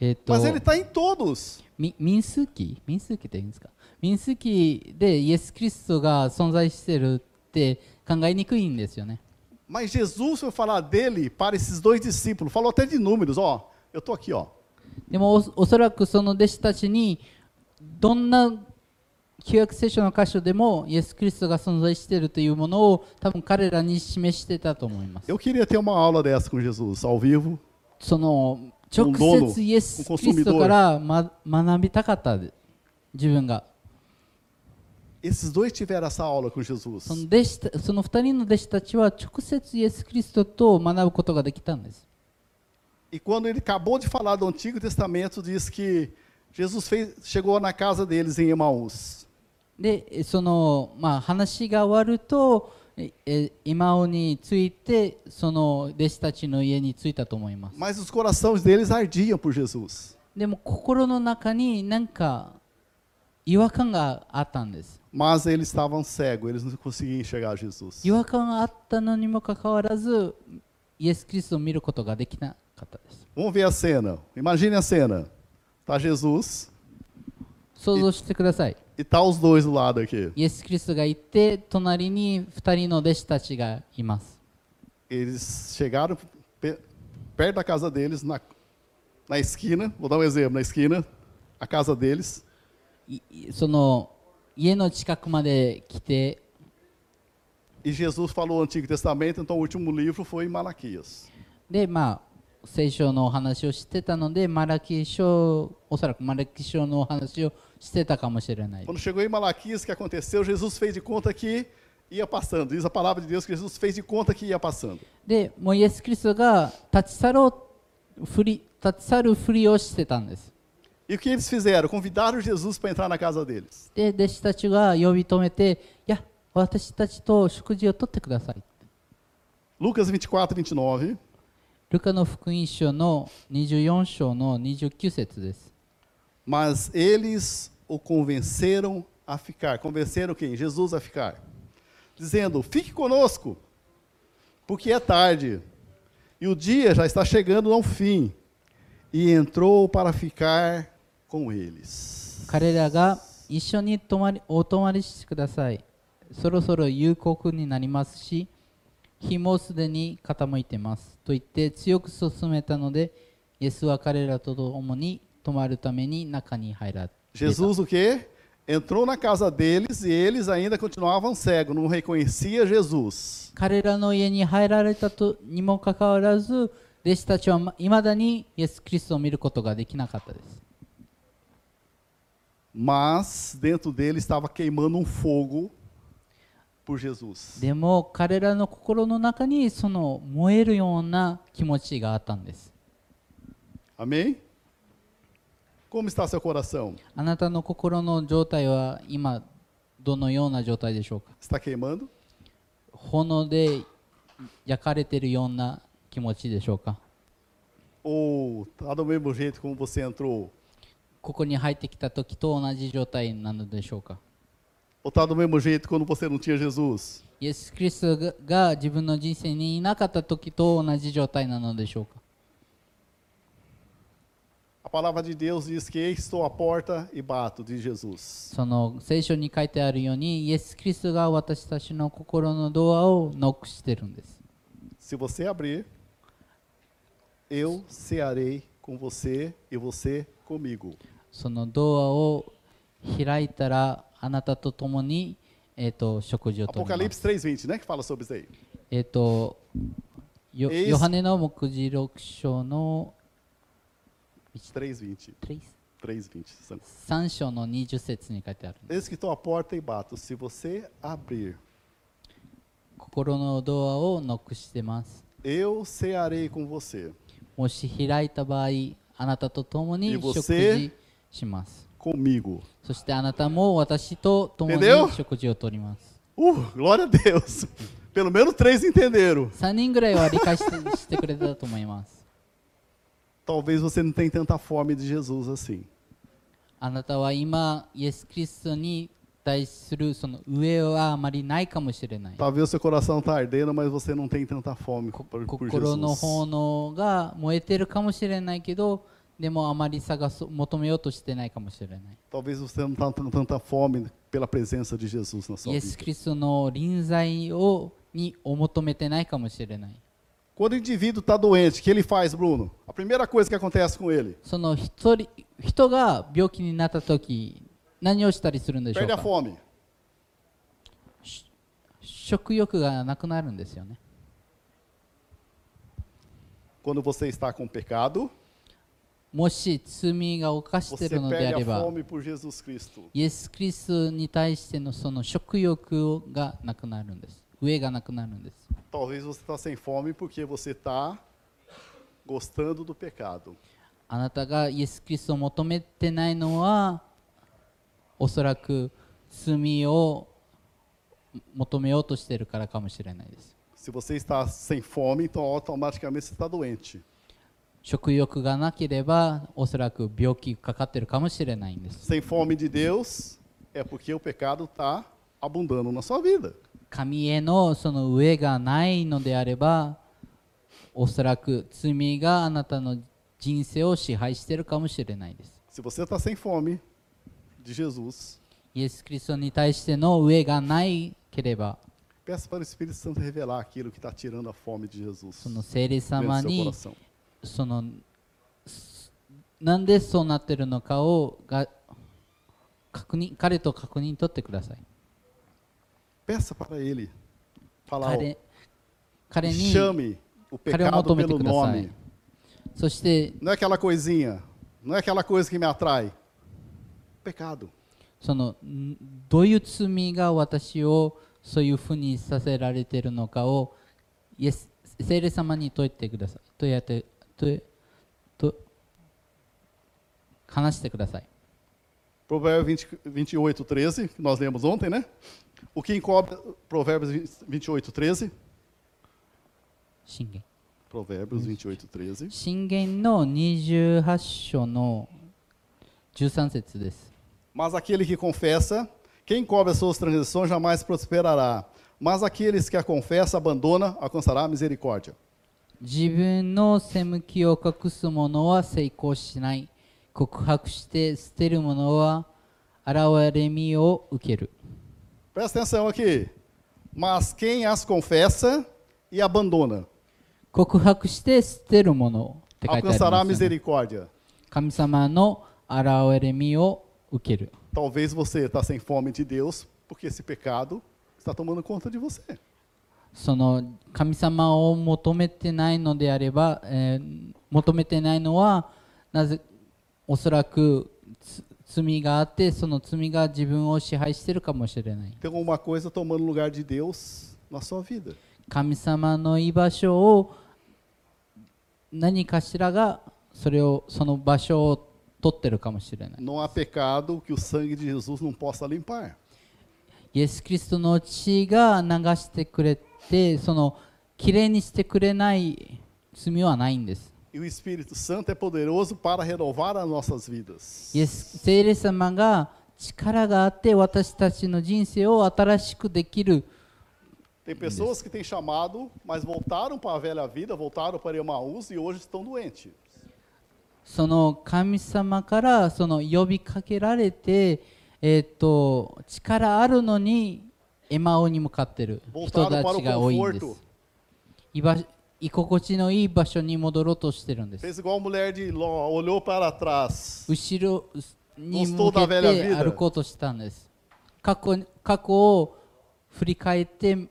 えっ、と Mas ele está em todos. み民数記民数記って言うんですか民数記でイエス・キリストが存在してるって考えにくいんですよね Mas Jesus foi falar dele para esses dois discípulos. Falou até de números, ó. Eu estou aqui, ó. でもおおそらくその弟子たちにどんな旧約聖書の箇所でもイエス・キリストが存在しているというものを多分彼らに示してたと思います Eu queria ter uma aula dessa com Jesus, ao vivo. その直どの接イエス・コンキソリメスドールトから、ま、学びたかったで自分が Esses dois tiveram essa aula com Jesus. その弟子たその2人の弟子たちは直接イエス・キリストと学ぶことができたんです E quando ele acabou de falar do Antigo Testamento, diz que Jesus fez- chegou na casa deles em Emaús. でえその、まあ、話が終わるとええ今尾に着いてその弟子たちの家に着いたと思います Mas os corações deles ardiam por Jesus. でも心の中になんか違和感があったんです Mas eles estavam cegos, eles não conseguiam enxergar Jesus. 違和感があったのにもかかわらずイエス・キリストを見ることができなかったです Vamos ver a cena. Imagine a cena. Tá Jesus 想像してください e tá os dois do lado aqui. イエス・キリストがいて隣に2人の弟子たちがいます eles chegaram pe- perto da casa deles, na, na esquina, vou dar um exemplo, na esquina, a casa deles, いいその家の近くまで来て e Jesus falou o Antigo Testamento, então o último livro foi em Malaquias. でまあ聖書のお話をしてたのでマラキ書おそらくマラキ書のお話をしてたかもしれない Quando chegou em Malaquias, o que aconteceu? Jesus fez de conta que ia passando. Diz a palavra de Deus que Jesus fez de conta que ia passando. でもうイエス・キリストが立ち去ろうふり立ち去るふりをしてたんです E o que eles fizeram? Convidaram Jesus para entrar na casa deles. で弟子たちが呼び止めて「いや私たちと食事をとってください」 Lucas 24, 29. ルカの福音書の24章の29節です。 Mas eles o convenceram a ficar. Convenceram quem? Jesus a ficar. Dizendo: Fique conosco, porque é tarde e o dia já está chegando ao fim. E entrou para ficar com eles. 彼らが一緒に泊まりお泊まりしてください。そろそろ夕刻になりますし、日もすでに傾いてますと言って強く勧めたのでイエスは彼らと共に泊まるために中に入られた Jesus o quê? Entrou na casa deles e eles ainda continuavam cegos, não reconhecia Jesus. 彼らの家に入られたとにもかかわらず弟子たちはいまだにイエス・キリストを見ることができなかったです Mas dentro dele estava queimando um fogo por Jesus. でも彼らの心の中にその燃えるような気持ちがあったんです Amém? Como está seu coração? あなたの心の状態は今どのような状態でしょうか Está queimando? 炎で焼かれてるような気持ちでしょうか Ou está do mesmo jeito como você entrou? ここに入ってきた時と同じ状態なのでしょうか Ou está do mesmo jeito quando você não tinha Jesus? イエス・キリストがが自分の人生にいなかった時と同じ状態なのでしょうか A palavra de Deus diz que "Eis estou à porta e bato, diz Jesus. その聖書に書いてあるようにイエス・キリストが私たちの心のドアをノックしてるんです Se você abrir, eu cearei com você e você comigo. そのドアを開いたらあなたと共に、えー、と食事をとりま Apocalipse す 3:20, né, que fala sobre isso aí. えっ、とよエースヨハネの目次6章の 3:20, 3:20. são- 3章の20節に書いてある Eis que estou à porta e bato. Se você abrir, 心のドアをノックしてます eu cearei com você, もし開いた場合あなたと共にいいご食せ事します comigo. そしてあなたも私と共に Entendeu? 食事をとります Uh, glória a Deus. Pelo menos três entenderam. 3人ぐらいは理解してしてくれたと思います Talvez você não tenha tanta fome de Jesus assim. あなたは今イエス・キリストに対するその上はあまりないかもしれない Talvez o seu coração está ardendo, mas você não tem tanta fome por, por 心の Jesus. 炎が燃えてるかもしれないけどでもあまり探そう求めようとしてないかもしれない Talvez você não tenha tanta, tanta fome pela presença de Jesus na sua イエス・ vida. キリストの臨在をにお求めてないかもしれない Quando o indivíduo está doente, o que ele faz, Bruno? A primeira coisa que acontece com ele? その一人人が病気になった時何をしたりするんでしょう Perde a か fome. 食欲がなくなるんですよね Quando você está com pecado, もし罪が犯して você るのであ perde れ a ば fome por Jesus Cristo. イエス・キリストに対してのその食欲がなくなるんです上がなくなるんです Talvez você está sem fome porque você está gostando do pecado. あなたがイエス・キリストを求めてないのはおそらく罪を求めようとしてるからかもしれないです Se você está sem fome, então automaticamente você está doente. 食欲がなければおそらく病気かかってるかもしれないんです Sem fome de Deus, é porque o pecado está abundando na sua vida. 神へのその上がないのであればおそらく罪があなたの人生を支配してるかもしれないです Se você está sem fome de Jesus, イエス・キリストに対しての上がないければ Peça para o Espírito Santo revelar aquilo que está tirando a fome de Jesus そ dentro の聖霊 do 様 seu に coração. そのすなんでそうなってるのかをが確認彼と確認取ってください Peça para Ele falar, ó, 彼彼に chame o 彼を pecado 求めて pelo ください nome. そして Não é aquela coisinha, não é aquela coisa que me atrai. Pecado. そのんどういう罪が私をそういうふうにさせられているのかをイエス聖霊様に説いてくださいとやってとと話してください Provérbios 20, 28, 13, que nós lemos ontem, né? O que encobre. Provérbios 20, 28, 13. 信玄 Provérbios 28, 13. 信玄の28章の13節です Mas aquele que confessa, quem encobre as suas transgressões jamais prosperará. Mas aqueles que a confessa, abandona, alcançará a misericórdia. 自分の背向きを隠す者は成功しない告白して捨てる者は現れみを受ける Presta atenção aqui. Mas quem as confessa e abandona, 告白して捨てるものって書いてあり alcançará a ますよね、 misericórdia. 神様の現れみを受ける Talvez você está sem fome de Deus porque esse pecado está tomando conta de você. その神様を求めてないのであれば、えー求めてないのはなぜおそらくつ罪があってその罪が自分を支配してるかもしれない Tem alguma Então, coisa tomando lugar de Deus na sua vida. 神様の居場所を何かしらがそれをその場所を取ってるかもしれない Não há pecado que o sangue de Jesus não possa limpar. イエス・キリストの血が流してくれてそのきれいにしてくれない罪はないんです E o Espírito Santo é poderoso para renovar as nossas vidas. イエス聖霊様が力があって私たちの人生を新しくできる Tem pessoas que têm chamado, mas voltaram para a velha vida, voltaram para Emaús e hoje estão doentes. その神様からその呼びかけられて、えー、と力あるのにエマオに向かってる人たちが多いんです居場居心地のいい場所に戻ろうとしてるんです Fez igual a mulher de Ló, olhou para trás. 後ろにゴスト向けを食べりゃビーてルだ歩こうとしたんです過去に過去を振り返って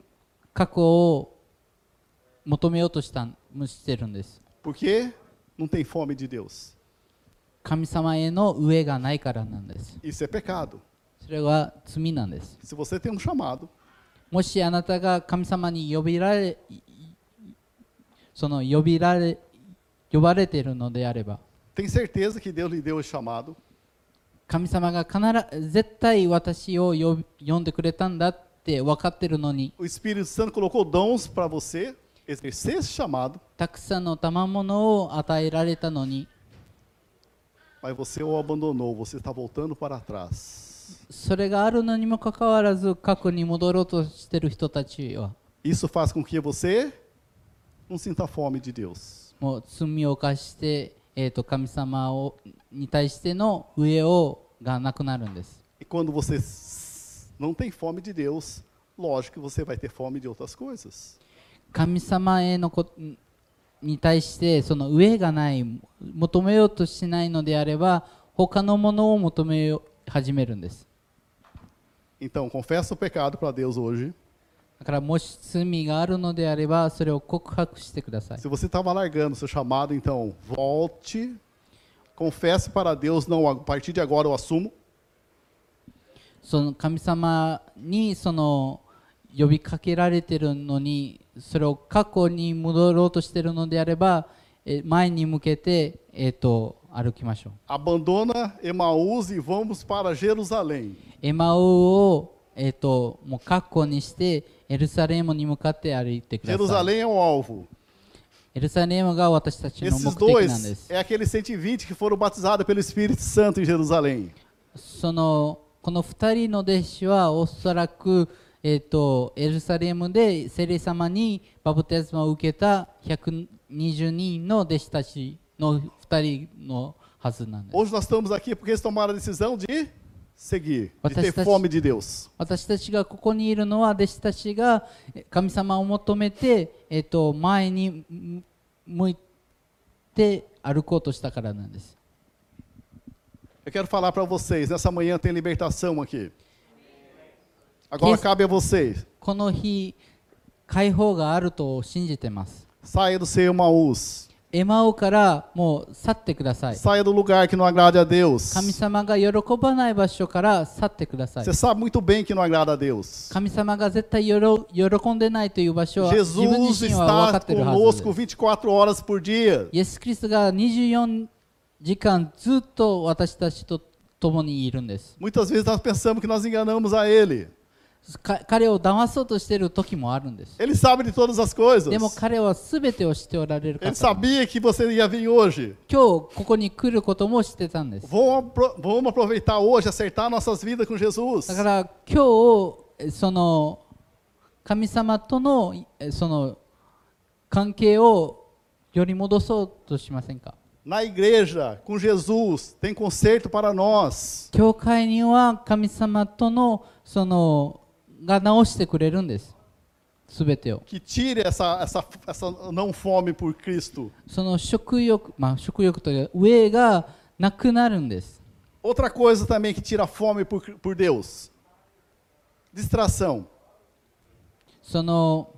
過去を求めようとしたんしてるんです Porque não tem fome de Deus. 神様への上がないからなんです Isso é pecado. それは罪なんです Se você tem um chamado, もしあなたが神様に呼びられいいその呼びられ呼ばれているのであれば tem certeza que Deus lhe deu esse chamado, 神様が必ず絶対私を呼び呼んでくれたんだって分かってるのに o Espírito Santo colocou dons para você exercer esse chamado, たくさんの賜物を与えられたのに mas você o abandonou, você está voltando para trás. それがあるのにもかかわらず過去に戻ろうとしてる人たちは Isso faz com que você não sinta fome de Deus. もう罪を犯して、えー、と神様をに対しての上をがなくなるんです E quando você s- não tem fome de Deus, lógico que você vai ter fome de outras coisas. 神様へのこに対してその上がない求めようとしないのであれば他のものを求めよ始めるんです Então, confessa o pecado para Deus hoje. だからもし罪があるのであればそれを告白してください Se você estava largando o seu chamado, então volte, confesse para Deus, não, a partir de agora eu assumo. その神様にその呼びかけられてるのにそれを過去に戻ろうとしてるのであればえ前に向けて、えー、と歩きましょう Abandona Emaús e vamos para Jerusalém. エマオを、えー、ともう過去にしてエルサレムに向かって歩いてください Jerusalém é o alvo. エルサレムが私たちの Esses 目的なんで dois す é aqueles 120 que foram batizados pelo Espírito Santo em Jerusalém. そのこの2人の弟子はおそらく、えー、とエルサレムで聖霊様にバプテスマを受けた120人の弟子たちの2人のはずなんです Hoje nós estamos aqui porque eles tomaram a decisão de seguir, de ter Potestante. fome de Deus. 私たちがここにいるのは弟子たちがえ神様を求めて、えー、と前にむ向いて歩こうとしたからなんです。 Eu quero falar para vocês, nessa manhã tem libertação aqui. Agora Quem- cabe a vocês. この日解放があると信じてます。 Saia do seu Maús. エマオからもう去ってください。 Saia do lugar que não agrade a Deus. 神様が喜ばない場所から去ってください Você。sabe muito bem que não agrada a Deus. 神様が絶対よろ喜んでないという場所は自分 Jesus 自身は分か está ってるはず conosco です。 24 horas por dia. イエス・キリストが24時間ずっと私たちと共にいるんです。 Muitas vezes nós pensamos que nós enganamos a Ele. か彼を騙そうとしている時もあるんです。 Ele sabe de todas as coisas. でも彼は全てを知っておられる Ele 方今日 sabia que você ia vir hoje. ここに来ることも知ってたんです。 Vamos apro- vamos aproveitar hoje, acertar nossas vidas com Jesus. だから今日その神様とのえその関係をより戻そうとしませんか Na igreja, com Jesus, tem conserto para nós. 教会には神様とのそのが直してくれるんですすべてを que tire essa, essa, essa não fome por Cristo. その食欲まあ食欲というか上がなくなるんです Outra coisa também que tira a fome por, por Deus: distração. その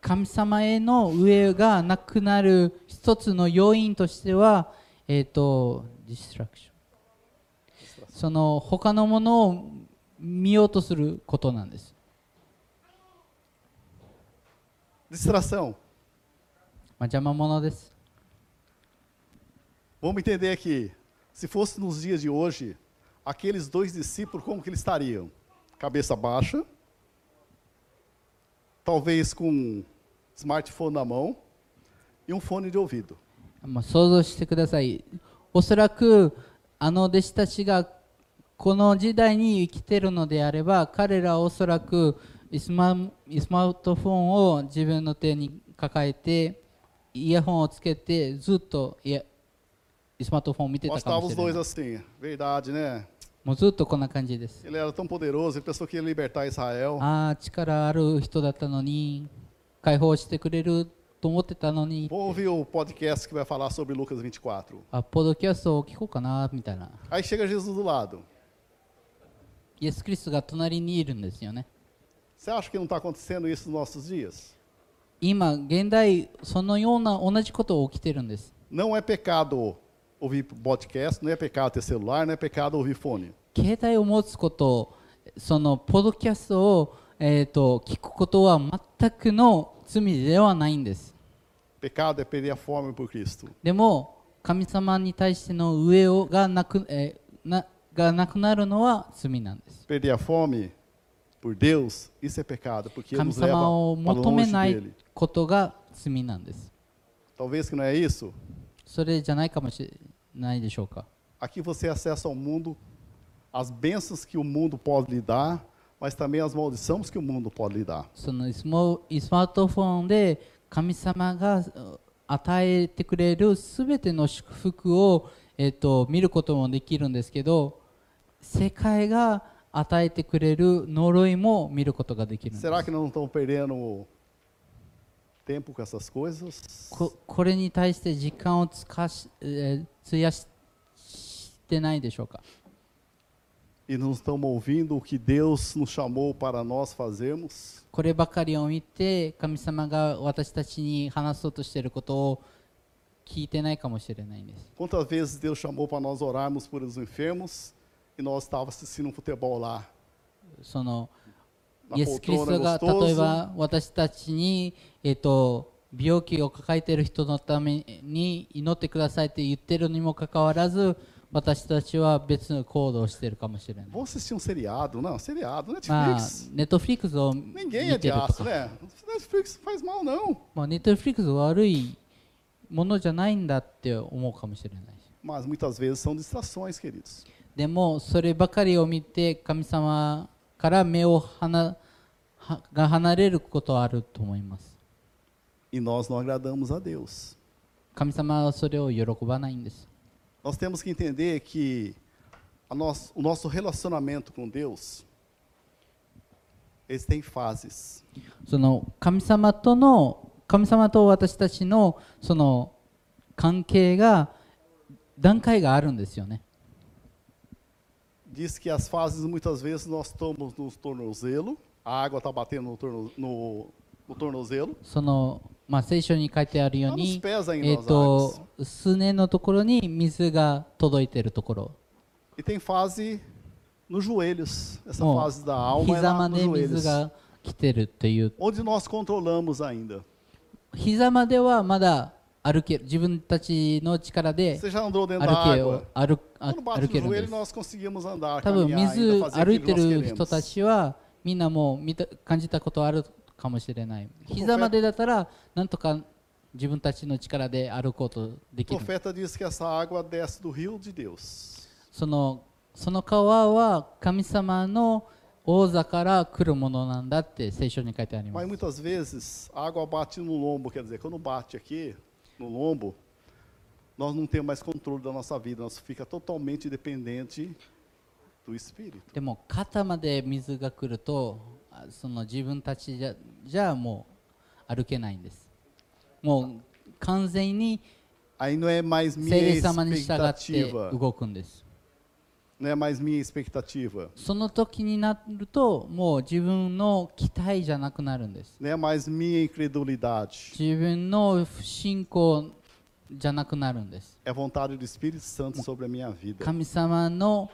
神様への上がなくなる一つの要因としては、えっとディストラクションその他のものを見ようとすることなんです Distração. まあ、邪魔者です Vamos entender aqui. Se fosse nos dias de hoje, aqueles dois discípulos, como que eles estariam? Cabeça baixa, talvez com um smartphone na mão e um fone de ouvido. まあ、想像してくださいおそらくあの弟子たちがこの時代に生きているのであれば彼らはおそらくスマスマートフォンを自分の手に抱えてイヤホンをつけてずっとイヤスマートフォンを見て Nós たかも estávamos しれ dois ない assim, verdade, né? もうずっとこんな感じです Ele era tão poderoso, ele pensou que ia libertar Israel. ああ力ある人だったのに解放してくれると思ってたのに Vou ouvir o podcast que vai falar sobre Lucas 24. あポッドキャストを聞こうかなみたいな Aí chega Jesus do lado. イエス・キリストが隣にいるんですよね Você acha que não está acontecendo isso nos nossos dias? 今現代そのような同じことが起きてるんです Não é pecado ouvir podcast, não é pecado ter celular, não é pecado ouvir fone. 携帯を持つことそのポッドキャストを、えー、と聞くことは全くの罪ではないんです Pecado é perder a fome por Cristo. でも神様に対しての上をがなく、えーながなくなるのは罪なんです Perder a fome por Deus, isso é pecado, porque ele 神 nos leva 様を para 求め longe ない dele. ことが罪なんです Talvez que não é isso. それじゃないかもしれないでしょうか Aqui você acessa ao mundo as bênçãos que o mundo pode lhe dar, mas também as maldições que o mundo pode lhe dar. そのスマスマートフォンで神様がう与えてくれるすべての祝福を、えっと見ることもできるんですけど世界が与えてくれる呪いも見ることができるんです Será que não estão perdendo tempo com essas coisas? ここれに対して時間をつかし、えー費やししてないでしょうか E não estão ouvindo o que Deus nos chamou para nós fazermos? こればかりを見て神様が私たちに話そうとしていることを聞いてないかもしれないんです Quantas vezes Deus chamou para nós orarmos por os enfermos e nós estávamos assistindo um futebol lá? その Na イエス・キリス poltrona トが例え gostoso, ば私たちに、えっと病気を抱えている人のために祈ってくださいって言ってるにもかかわらず私たちは別の行動をしているかもしれない。 vamos assistir um seriado. Não, seriado, まあ Netflix.、ネットフリックスを見 Ninguém é て de ると aço, か、 né? Netflix não faz mal, não. まあ、ネットフリックスは悪いものじゃないんだって思うかもしれない。 Mas muitas vezes são distrações, queridos. でもそればかりを見て神様から目を離はが離れることはあると思います。 E nós não agradamos a Deus. 神様はそれを喜ばないんです。 Nós temos que entender que a nós- o nosso relacionamento com Deus, eles têm fases. その神様との神様と私たちのその関係が段階があるんですよね。 Diz que as fases, muitas vezes, nós estamos no tornozelo, a água está batendo no, torno- no- no tornozelo, そのまあ聖書に書いてあるよう está nos に、 pés え ainda っ as águas. と数年のところに水が届いているところ、 E tem fase nos joelhos. Essa Bom, fase da alma é 膝 na, ま nos で水 joelhos. が来てるという、 Onde nós controlamos ainda. 膝まではまだ歩ける自分たちの力で Você já andou 歩 dentro da けを água? 歩あ Quando bate 歩 no けるんで joelho, nós す。conseguimos andar, 多分 caminhar, 水 ainda fazer 歩いて aquilo que る nós 人 queremos. たちはみんなもう見た感じたことあるかもしれない膝までだったらなんとか自分たちの力で歩こうとで O きる profeta diz que essa água desce do rio de Deus. そのその川は神様の王座から来るものなんだって聖書に書いてありま Mas す muitas vezes a água bate no lombo, quer dizer, quando bate aqui no lombo, nós não temos mais controle da nossa vida, nós fica totalmente dependente do Espírito. でも肩まで水が来るとあその自分たちじゃじゃもう歩けないんですもう完全に Aí não é mais 聖 minha 霊様に従って expectativa. 動くんです Não é mais minha expectativa. その時になるともう自分の期待じゃなくなるんです Não é mais minha incredulidade. 自分の不信仰じゃなくなるんです É vontade do Espírito Santo sobre a minha vida. 神様の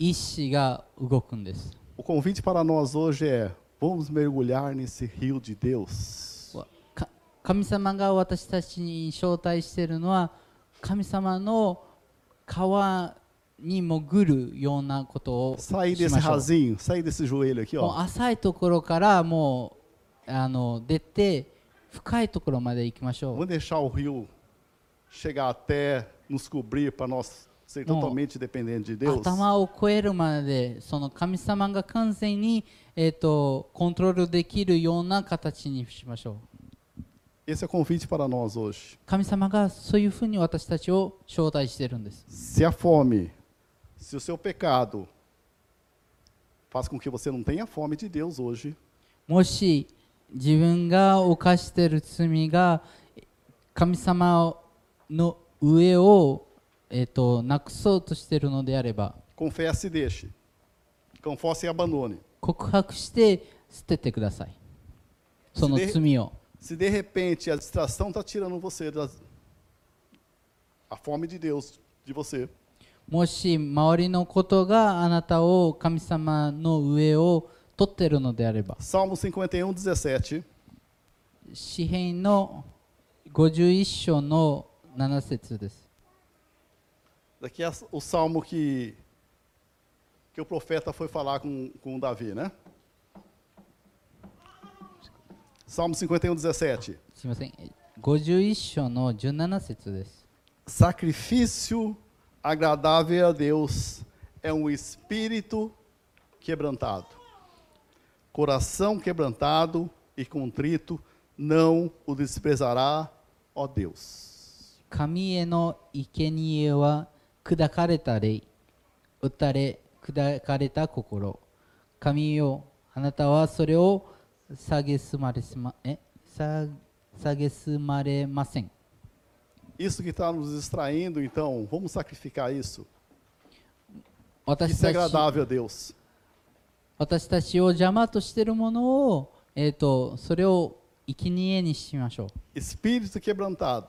意志が動くんです O convite para nós hoje é: vamos mergulhar nesse rio de Deus. わか神様が私たちに招待しているのは神様の川に潜るようなことをし Sair desse ましょう rasinho, sair desse joelho aqui, もう ó. 浅いところからもうあの出て深いところまで行きましょ Vamos deixar o rio chegar até nos cobrir para nós ser Bom, totalmente dependentes de う Deus. 頭を越えるまでその神様が完全に、えー、とコントロールできるような形にしましょう Esse é o convite para nós hoje. 神様がそういうふうに私たちを招待してるんです、 Se a fome, se o seu pecado faz com que você não tenha fome de Deus hoje, もし自分が犯している罪が神様の上を、えっとなくそうとしているのであれば confesse e deixe. Confesse e abandone. 告白して捨ててくださいそので罪を Se de repente a distração está tirando você da a fome de Deus de você, もし周りのことがあなたを神様の上を取っているのであれば Salmo 51, 17. 詩篇の51章の7節です Daqui é o salmo que, que o profeta foi falar com, com Davi, né? Salmo 51, 17. すみません51章の17節です Sacrifício agradável a Deus é um espírito quebrantado. Coração quebrantado e contrito não o desprezará, ó Deus. 神への生贄は砕かれた霊打たれ砕かれた心神よあなたはそれを下げすまれすまえさ下げすまれません Isso que está nos distraindo, então, vamos sacrificar isso. 私 Isso é たち agradável a Deus. 私たちを邪魔としているものを、えー、とそれを生贄にしましょう Espírito quebrantado.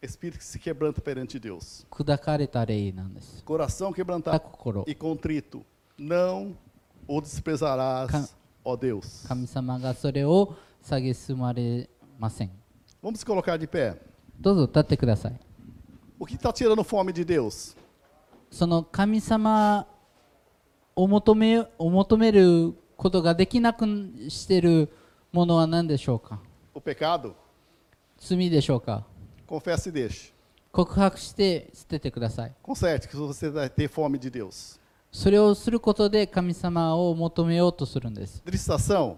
Espírito que se quebranta perante Deus. 砕かれた霊なんです Coração た quebrantado 心 e contrito. Não o Cam- desprezarás, ó Deus. 神様がそれを下げすまれません Vamos se colocar de pé. どうぞ立ってください O que está tirando fome de Deus? その神様を求めを求めることができなくしてるものは何でしょうか O pecado? 罪でしょうか Confessa e deixe. 告白して捨ててください Conserte que você vai ter fome de Deus. それをすることで神様を求めようとするんです Distração?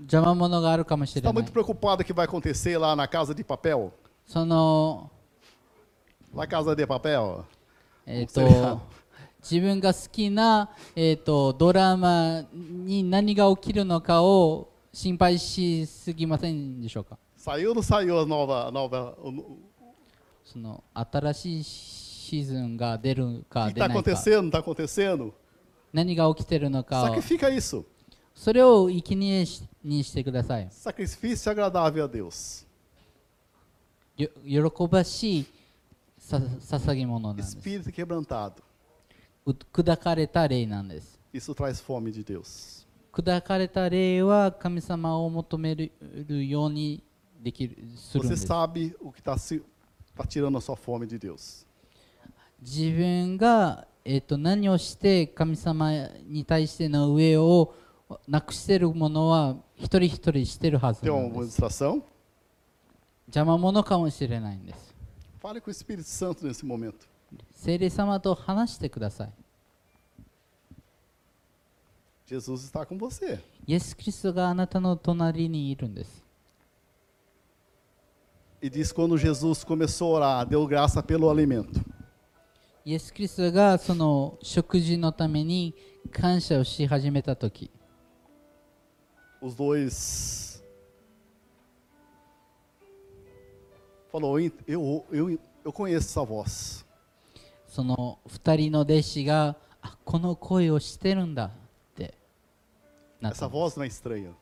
邪魔者があるかもし Está れない muito preocupado com o que vai acontecer lá na casa de papel? その Na casa de papel? えっ、それはと自分が好きな、えー、とドラマに何が起きるのかを心配しすぎませんでしょうか Saiu ou não saiu a nova, nova, o- その新しいシーズンが出るか que 出 está ないか tá acontecendo, está acontecendo. 何が起きてるのかを Sacrifica isso. それを生贄しにしてください Sacrifício agradável a Deus. よ喜ばしいさ捧げ物なんです Espírito quebrantado. う砕かれた霊なんです Isso traz fome de Deus. 砕かれた霊は神様を求めるようにできるするん Você です sabe o que está tá tirando a sua fome de Deus. 自分が、えっと何をして神様に対しての上をなくしてるものは一人一人してるはず Tem なんで alguma す distração? 邪魔者かもしれないんです Fale com o Espírito Santo nesse momento. 聖霊様と話してください Jesus está com você. イエス・キリストがあなたの隣にいるんです E diz quando Jesus começou a orar, deu graça pelo alimento. イエス・キリストがその食事のために感謝をし始めた時 Os dois. Falou, eu, eu, eu, eu conheço essa voz. その2人の弟子があこの声をしてるんだってなっ Essa た voz não é estranha.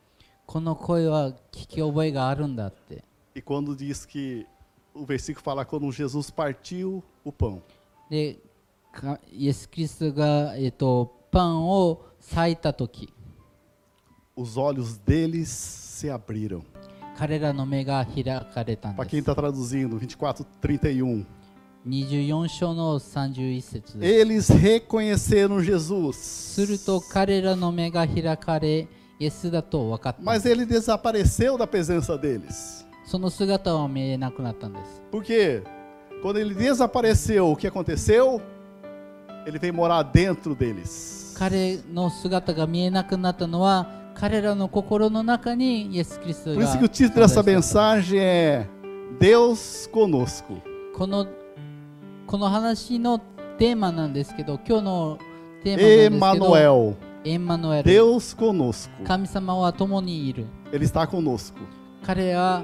この声は聞き覚えがあるんだって E quando diz que. O versículo fala quando Jesus partiu o pão. でかイエス・キリストが、えっとパンを裂いた時 Os olhos deles se abriram. 彼らの目が開かれたん Para quem です está traduzindo, 24, 31. 24章の31節です Eles reconheceram Jesus. すると彼らの目が開かれイエスだと分かったんで Mas す ele desapareceu da presença deles. その姿は見えなくなったんです Por quê? Quando ele desapareceu, o que aconteceu? Ele veio morar dentro deles. 彼の姿が見えなくなったのは彼らの心の中にイエス・キリスト Por が isso que o título dessa 存在していた mensagem é Deus conosco. このこの話のテーマなんですけど今日のテーマなんですけ Emmanuel. どエンマヌエル Deus conosco. 神様は共にいる Ele está conosco. 彼は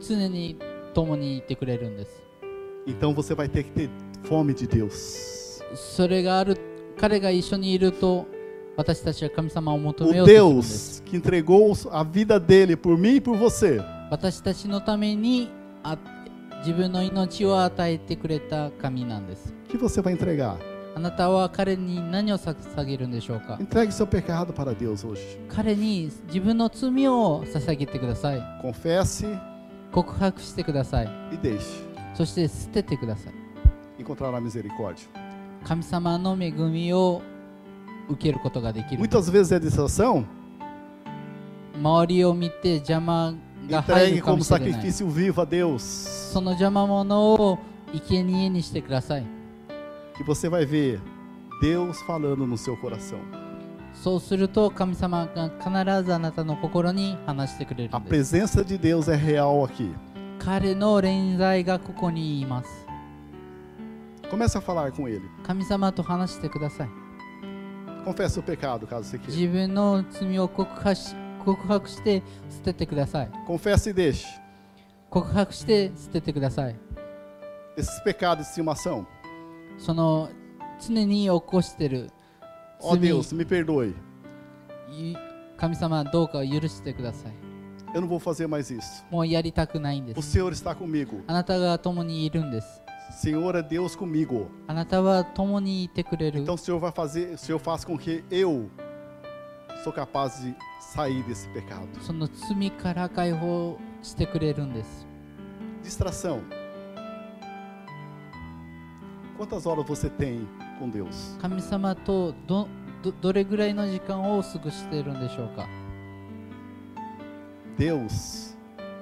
常に共にいてくれるんです Então você vai ter que ter fome de Deus. それがある彼が一緒にいると私たちは神様を求めよ O うとするんです Deus que entregou a vida dele por mim e por você. 私たちのためにあ自分の命を与えてくれた神なんです O que você vai entregar? あなたは彼に何を捧げるんでしょうか Entregue seu pecado para Deus hoje. 彼に自分の罪を捧げてください Confesse 告白してください e deixe. そして捨ててください Encontrará misericórdia. 神様の恵みを受けることができる Muitas vezes é distração. 周りを見て邪魔が入 Entregue るかも como しれない sacrifício vivo a Deus. その邪魔者を生贄にしてください Que você vai ver Deus falando no seu coração. そうすると神様が必ずあなたの心に話してくれる A んです presença de Deus é real aqui. 彼の臨在がここにいます Comece a falar com Ele. 神様と話してください Confesse o pecado, caso você queira. 自分の罪を告白し告白して捨ててください Confesse e deixe. 告白して捨ててください Esses pecados de estimação. その常に起こしてる Ó Sim. Deus, me perdoe. い神様どうか許してください Eu não vou fazer mais isso. もうやりたくないんで O す Senhor está comigo. あなたが共にいるんです Senhor é Deus comigo. あなたは共にいてくれる Então o Senhor vai fazer, o Senhor faz com que eu sou capaz de sair desse pecado. その罪から解放してくれるんです Distração. Quantas horas você tem com Deus? 神様とどどどれぐらいの時間を過ごしているんでしょうか Deus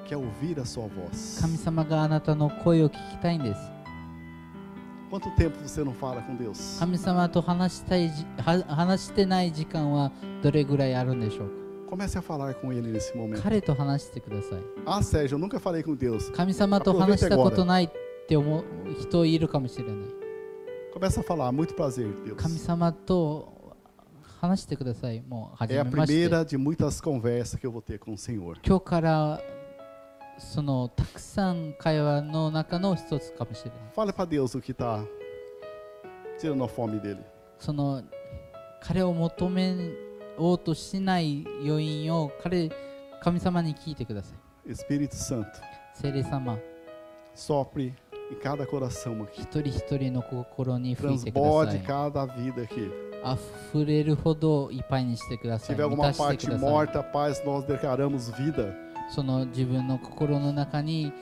quer ouvir a sua voz. 神様があなたの声を聞きたいんです Quanto tempo você não fala com Deus? 神様と話したいじは話してない時間はどれぐらいあるんでしょう Comece a falar com Ele nesse か momento. 彼と話してください Ah, Sérgio, eu nunca falei com Deus. 神様と話したことないって思う人いるかもしれない Começa a falar. Muito prazer, 神 Deus. 様と話してくださいもう初 É め a まして primeira de muitas conversas que eu vou ter com o Senhor. 今日からそのたくさん会話の中の一つかもしれない Fale para Deus o que está tirando a fome dele. その彼を求めようとしない要因を彼神様に聞いてください Espírito Santo, 聖霊様 sopre em cada coração aqui. 一人一人の心に吹いてくださ Transborde い cada vida aqui. Tá, 溢れるほどいっぱいにしてくだ Se さい tiver 満 alguma たして parte ください morta, paz, nós declaramos vida. その自分の心の中に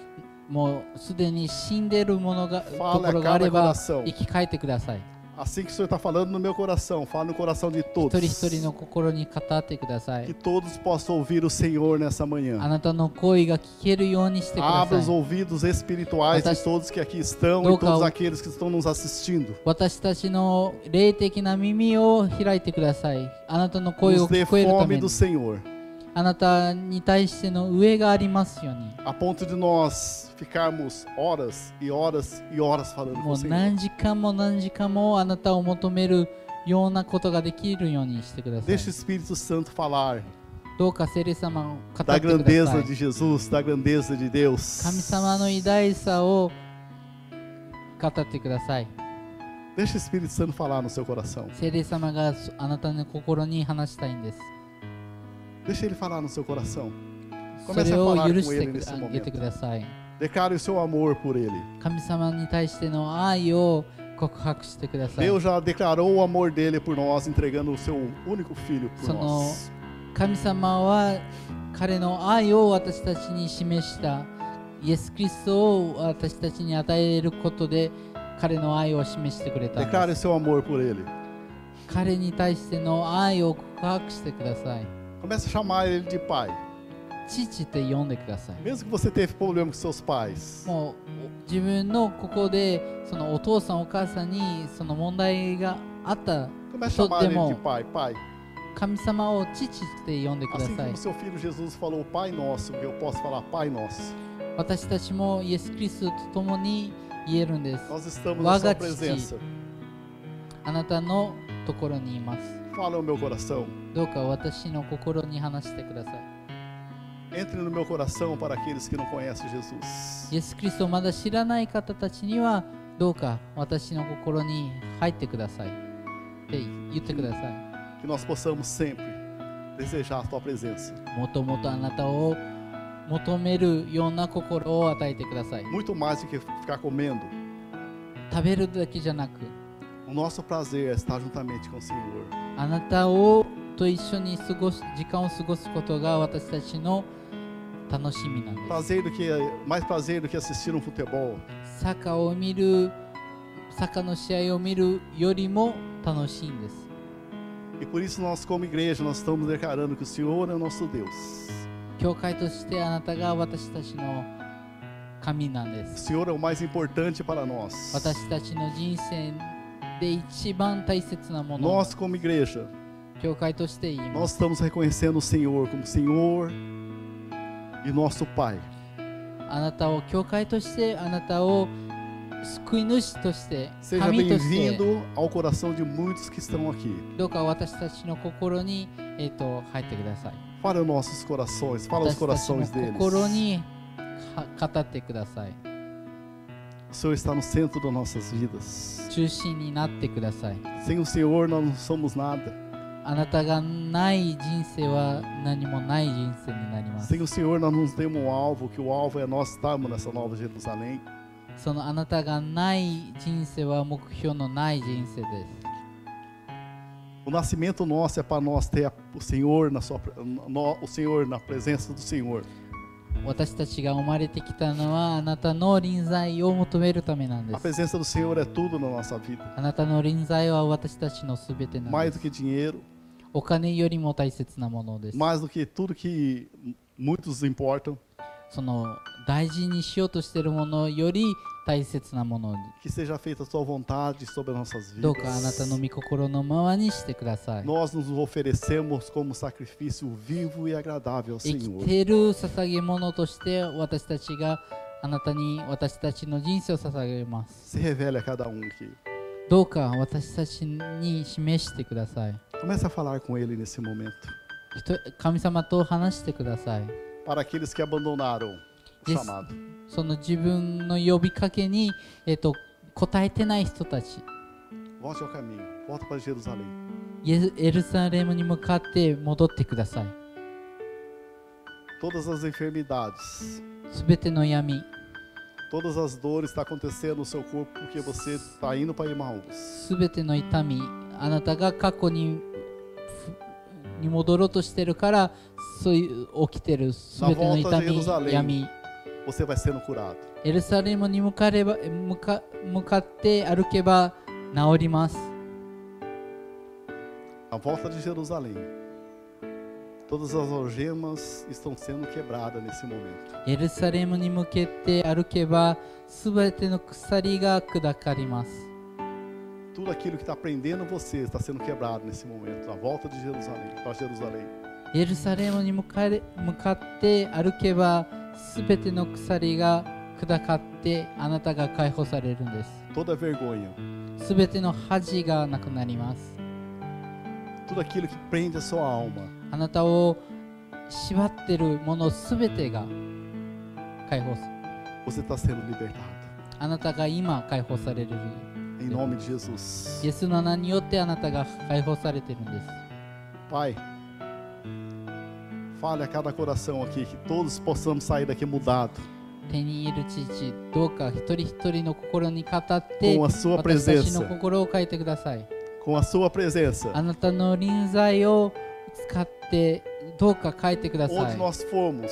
もうすでに死んでるものがと Fala こ a ろがあ cada れば coração. 生き返ってください Assim que o Senhor está falando no meu coração, fala no coração de 一 todos. 人一人の心に語ってくださ Que い todos possam ouvir o Senhor nessa あ manhã. なたの声が聞けるようにしてくだ Abra os さい ouvidos espirituais de Watas- todos que aqui estão e Doka- todos aqueles que estão nos assistindo. 私たちの霊的な耳を開いてくださいあなたの声を Nos dê 聞こえるた fome めに do Senhor, あなたに対しての上がありますように a ponto de nós ficarmos horas e horas e horas falando com も o う Senhor. 何時間も何時間もあなたを求めるようなことができるようにしてください Deixa o Espírito Santo falar どうか聖霊様を語ってくだ da さい grandeza de Jesus, da grandeza de Deus. 神様の偉大さを語ってください Deixa o Espírito Santo falar no seu coração. 聖霊様があなたの心に話したいんです Deixa ele falar no seu coração. そ Começa れ a を falar 許 com し ele て nesse あげて momento. ください Declare o seu amor por ele. 神様に対しての愛を告白してください Deus já declarou o amor dele por nós, entregando o seu único filho por Sono- nós. 神様は彼の愛を私たちに示したイエス・キリストを私たちに与えることで彼の愛を示してくれたんです Declare o seu amor por ele. 彼に対しての愛を告白してください Começa a chamar ele de pai. 父って呼んでください Mesmo que você teve problema com seus pais, もうお自分のここでそのお父さんお母さんにその問題があった comece a chamar Todo ele de demônio. pai, pai. 神様を父って呼んでくだ Assim さい como seu filho Jesus falou Pai Nosso, eu posso falar Pai Nosso. 私たちもイエス・キリストと共に言えるんです Nós estamos na sua Wagati-ji. presença. あなたのところにいます。 Fala no meu coração. どうか私の心に話してください。 Entre no meu coração para aqueles que não conhecem Jesus. イエス・キリストをまだ知らない方たちには、どうか私の心に入ってください。って言ってください。 Que nós possamos sempre desejar a tua presença. もともとあなたを求めるような心を与えてください。 Muito mais do que ficar comendo. 食べるだけじゃなく、 O nosso prazer é estar juntamente com o Senhor. あなたをと一緒に過ごす時間を過ごすことが私たちの楽しみなんです。 Prazer do que mais prazer do que assistir um futebol. サッカーを見るサッカーの試合を見るよりも楽しいんです E por isso nós como igreja nós estamos declarando que o Senhor é o nosso Deus. 教会としてあなたが私たちの神なんで O す Senhor é o mais importante para nós. 私たちの人生で一番大切なもの Nós como igreja 教会として言いま Nós す estamos reconhecendo o Senhor como Senhor e nosso Pai. あなたを教会としてあなたを救い主として Seja 神として bem-vindo ao coração de muitos que estão aqui. どうか私たちの心に、えー、と入ってください Fala os nossos corações, fala os 私たち corações の deles. 心には語ってください O Senhor está no centro das nossas vidas. 中心になってください Sem o Senhor nós não somos nada. あなたがない人生は何もない人生になります Sem o Senhor nós não temos um alvo, que o alvo é nós estarmos nessa nova Jerusalém. そのあなたがない人生は目標のない人生です O nascimento nosso é para nós ter a- o Senhor na sua pre- no- o Senhor na presença do Senhor. 私たちが生まれてきたのはあなたの臨在を求めるためなんで A す presença do Senhor é tudo na nossa vida, あなたの臨在は私たちのすべてなん mais で do す que dinheiro, お金よりも大切なものです mais do que tudo que muitos importam, その大事にしようとしているものより大切なものに que seja feita a tua vontade sobre as nossas どうかあなたの vidas. 御心のままにしてください Nós nos oferecemos como sacrifício vivo e agradável ao 生き Senhor. ている捧げ物として私たちがあなたに私たちの人生を捧げます Se revele a cada um aqui. どうか私たちに示してください Comece a falar com Ele nesse momento. ひと神様と話してください Para aqueles que abandonaram o Yes. chamado. その自分の呼びかけに、えっと答えてない人たち Volte ao caminho. Volta para Jerusalém. イエスエルサレムに向かって戻ってください Todas as enfermidades, すべての闇 todas as dores estão acontecendo no seu corpo porque você está indo para Emmaus. すべての痛みあなたが過去にふに戻ろうとしてるからそういう起きてるすべての痛ナボータジェルサレムみ闇 Você vai sendo curado. エルサレムに向かれば向か向かって歩けば治ります A volta de Jerusalém. Todas as algemas estão sendo quebradas nesse momento. エルサレムに向けて歩けばすべての鎖が砕かります Tudo aquilo que está prendendo você está sendo quebrado nesse momento. A volta de Jerusalém para Jerusalém. エルサレムに向かれ向かって歩けばすべての鎖が砕かってあなたが解放されるんで Toda vergonha, すすべての恥がなくなります tudo aquilo que prende a sua alma, あなたを縛ってるものすべてが解放する Você está sendo libertado. あなたが今解放される Em nome de Jesus. イエスの名によってあなたが解放されてるんです Pai, fale a cada coração aqui que todos possamos sair daqui mudado 手にいる父どうか一人一人の心に語ってこうそうプレ私ゼンたスちの心を変えてください com a sua presença. あなたの臨在を使ってどうか変えてくださ Onde い nós formos,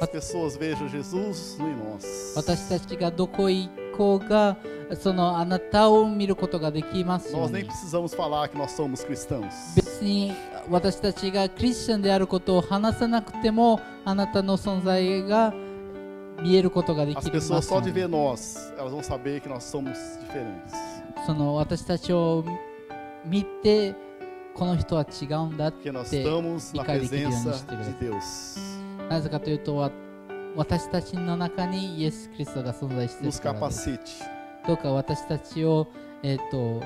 as pessoas vejam Jesus em nós. 私たちがどこへ行こうがそのあなたを見ることができますよ Nós う nem に precisamos falar que nós somos cristãos. 別に私たちがクリスチャンであることを話さなくてもあなたの存在が見えることがで As きますよ pessoas só う de に ver nós, elas vão saber que nós somos diferentes. その私たちを見てこの人は違うんだ Porque nós で estamos na e cada que presença Deus nos de Deus. なぜかというとわ私たちの中にイエス・キリストが存在してい Nos るからです capacite. どうか私たちをえっ、と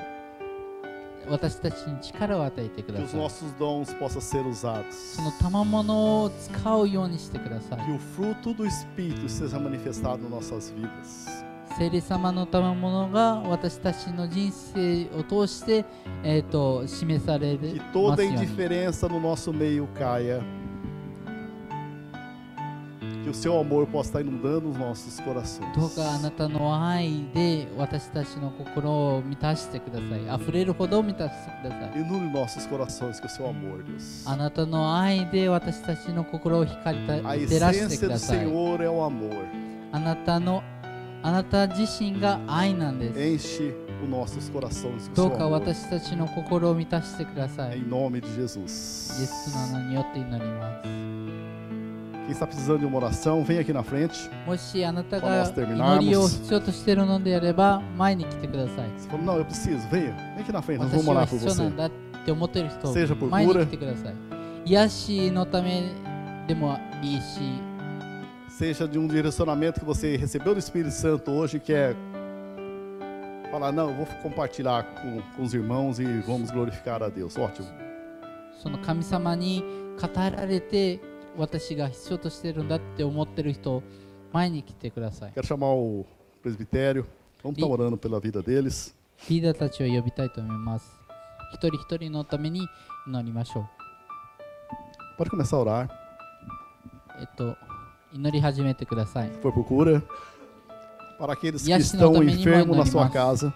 私たちに力を与えてく Que だ os さい nossos dons possam ser usados. その賜物を使うようにしてください Que o fruto do Espírito seja manifestado nas nossas vidas. 聖霊様の賜物が私たちの人生を通して、えー、と示される Que ます toda ように indiferença no nosso meio caia. Que o seu amor possa estar inundando os nossos corações. どうかあなたの愛で私たちの心を満たしてください溢れるほど満たしてください Inunde nossos corações com o seu amor, Deus. あなたの愛で私たちの心を光りた A 照らして essência く do ださい Senhor é o amor. あなたのあなた自身が愛なんです Enche os nossos corações com o ど seu うか amor. 私たちの心を満たしてください Em イ nome de Jesus. エスの名によって祈ります Quem está precisando de uma oração, vem aqui na frente. もしあなたこのが後で見直す祈りを必要としているのであれば前に来てください Você falou, não, eu preciso, venha. Vem aqui na frente, nós 私 vamos は orar por 必要 você. なんだって思っている人 Seja por 前に来 cura, てください癒しのためでもいいし seja de um direcionamento que você recebeu do Espírito Santo hoje, que é falar, não, eu vou compartilhar com, com os irmãos e vamos glorificar a Deus. Ótimo. その神様に語られて私が必要としているんだって思ってる人前に来てください Quero chamar o presbitério. Vamos estar E- orando pela vida deles. リーダーたちを呼びたいと思います一人一人のために祈りましょう Pode começar a orar. えっと祈り始めてください Se for por cura. Para aqueles que E acho que não, estão também nem enfermos vai na sua animar. casa,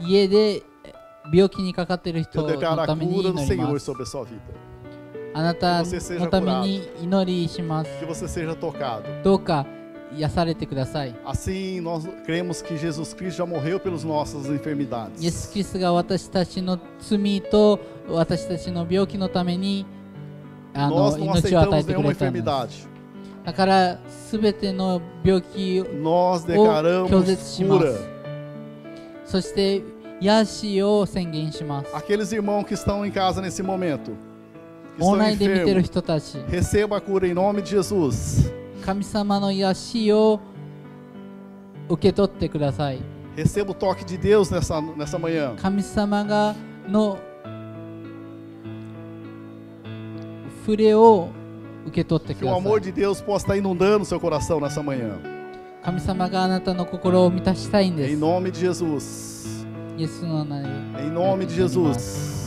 家でえ病気にかかっている人 eu declaro の a ために cura do 祈りま Senhor す sobre a sua vida. あなたのために祈りします。 Que você seja tocado. どうか癒されてください。 Assim, nós cremos que Jesus Cristo já morreu pelas nossas イエス・ enfermidades. キリストが私たちの罪と私たちの病気のためにあ Nós の não 命を与え aceitamos てく nenhuma れたんです。 enfermidade. だから、すべての病気を Nós 拒絶 declaramos します cura.。そして、癒しを宣言します。 Aqueles irmãos que estão em casa nesse momento, que オン estão ラインで見てる enfermos, 人たち、 receba a cura em nome de Jesus. 神様の癒しを受け取ってください。 Receba o toque de Deus nessa, nessa manhã. 神様がの触れを受け取って Que o くださ amor い de Deus possa estar inundando seu coração nessa manhã. 神様があなたの心を満たしたいんで Em す nome de Jesus. イエスの名で Em nome de Jesus.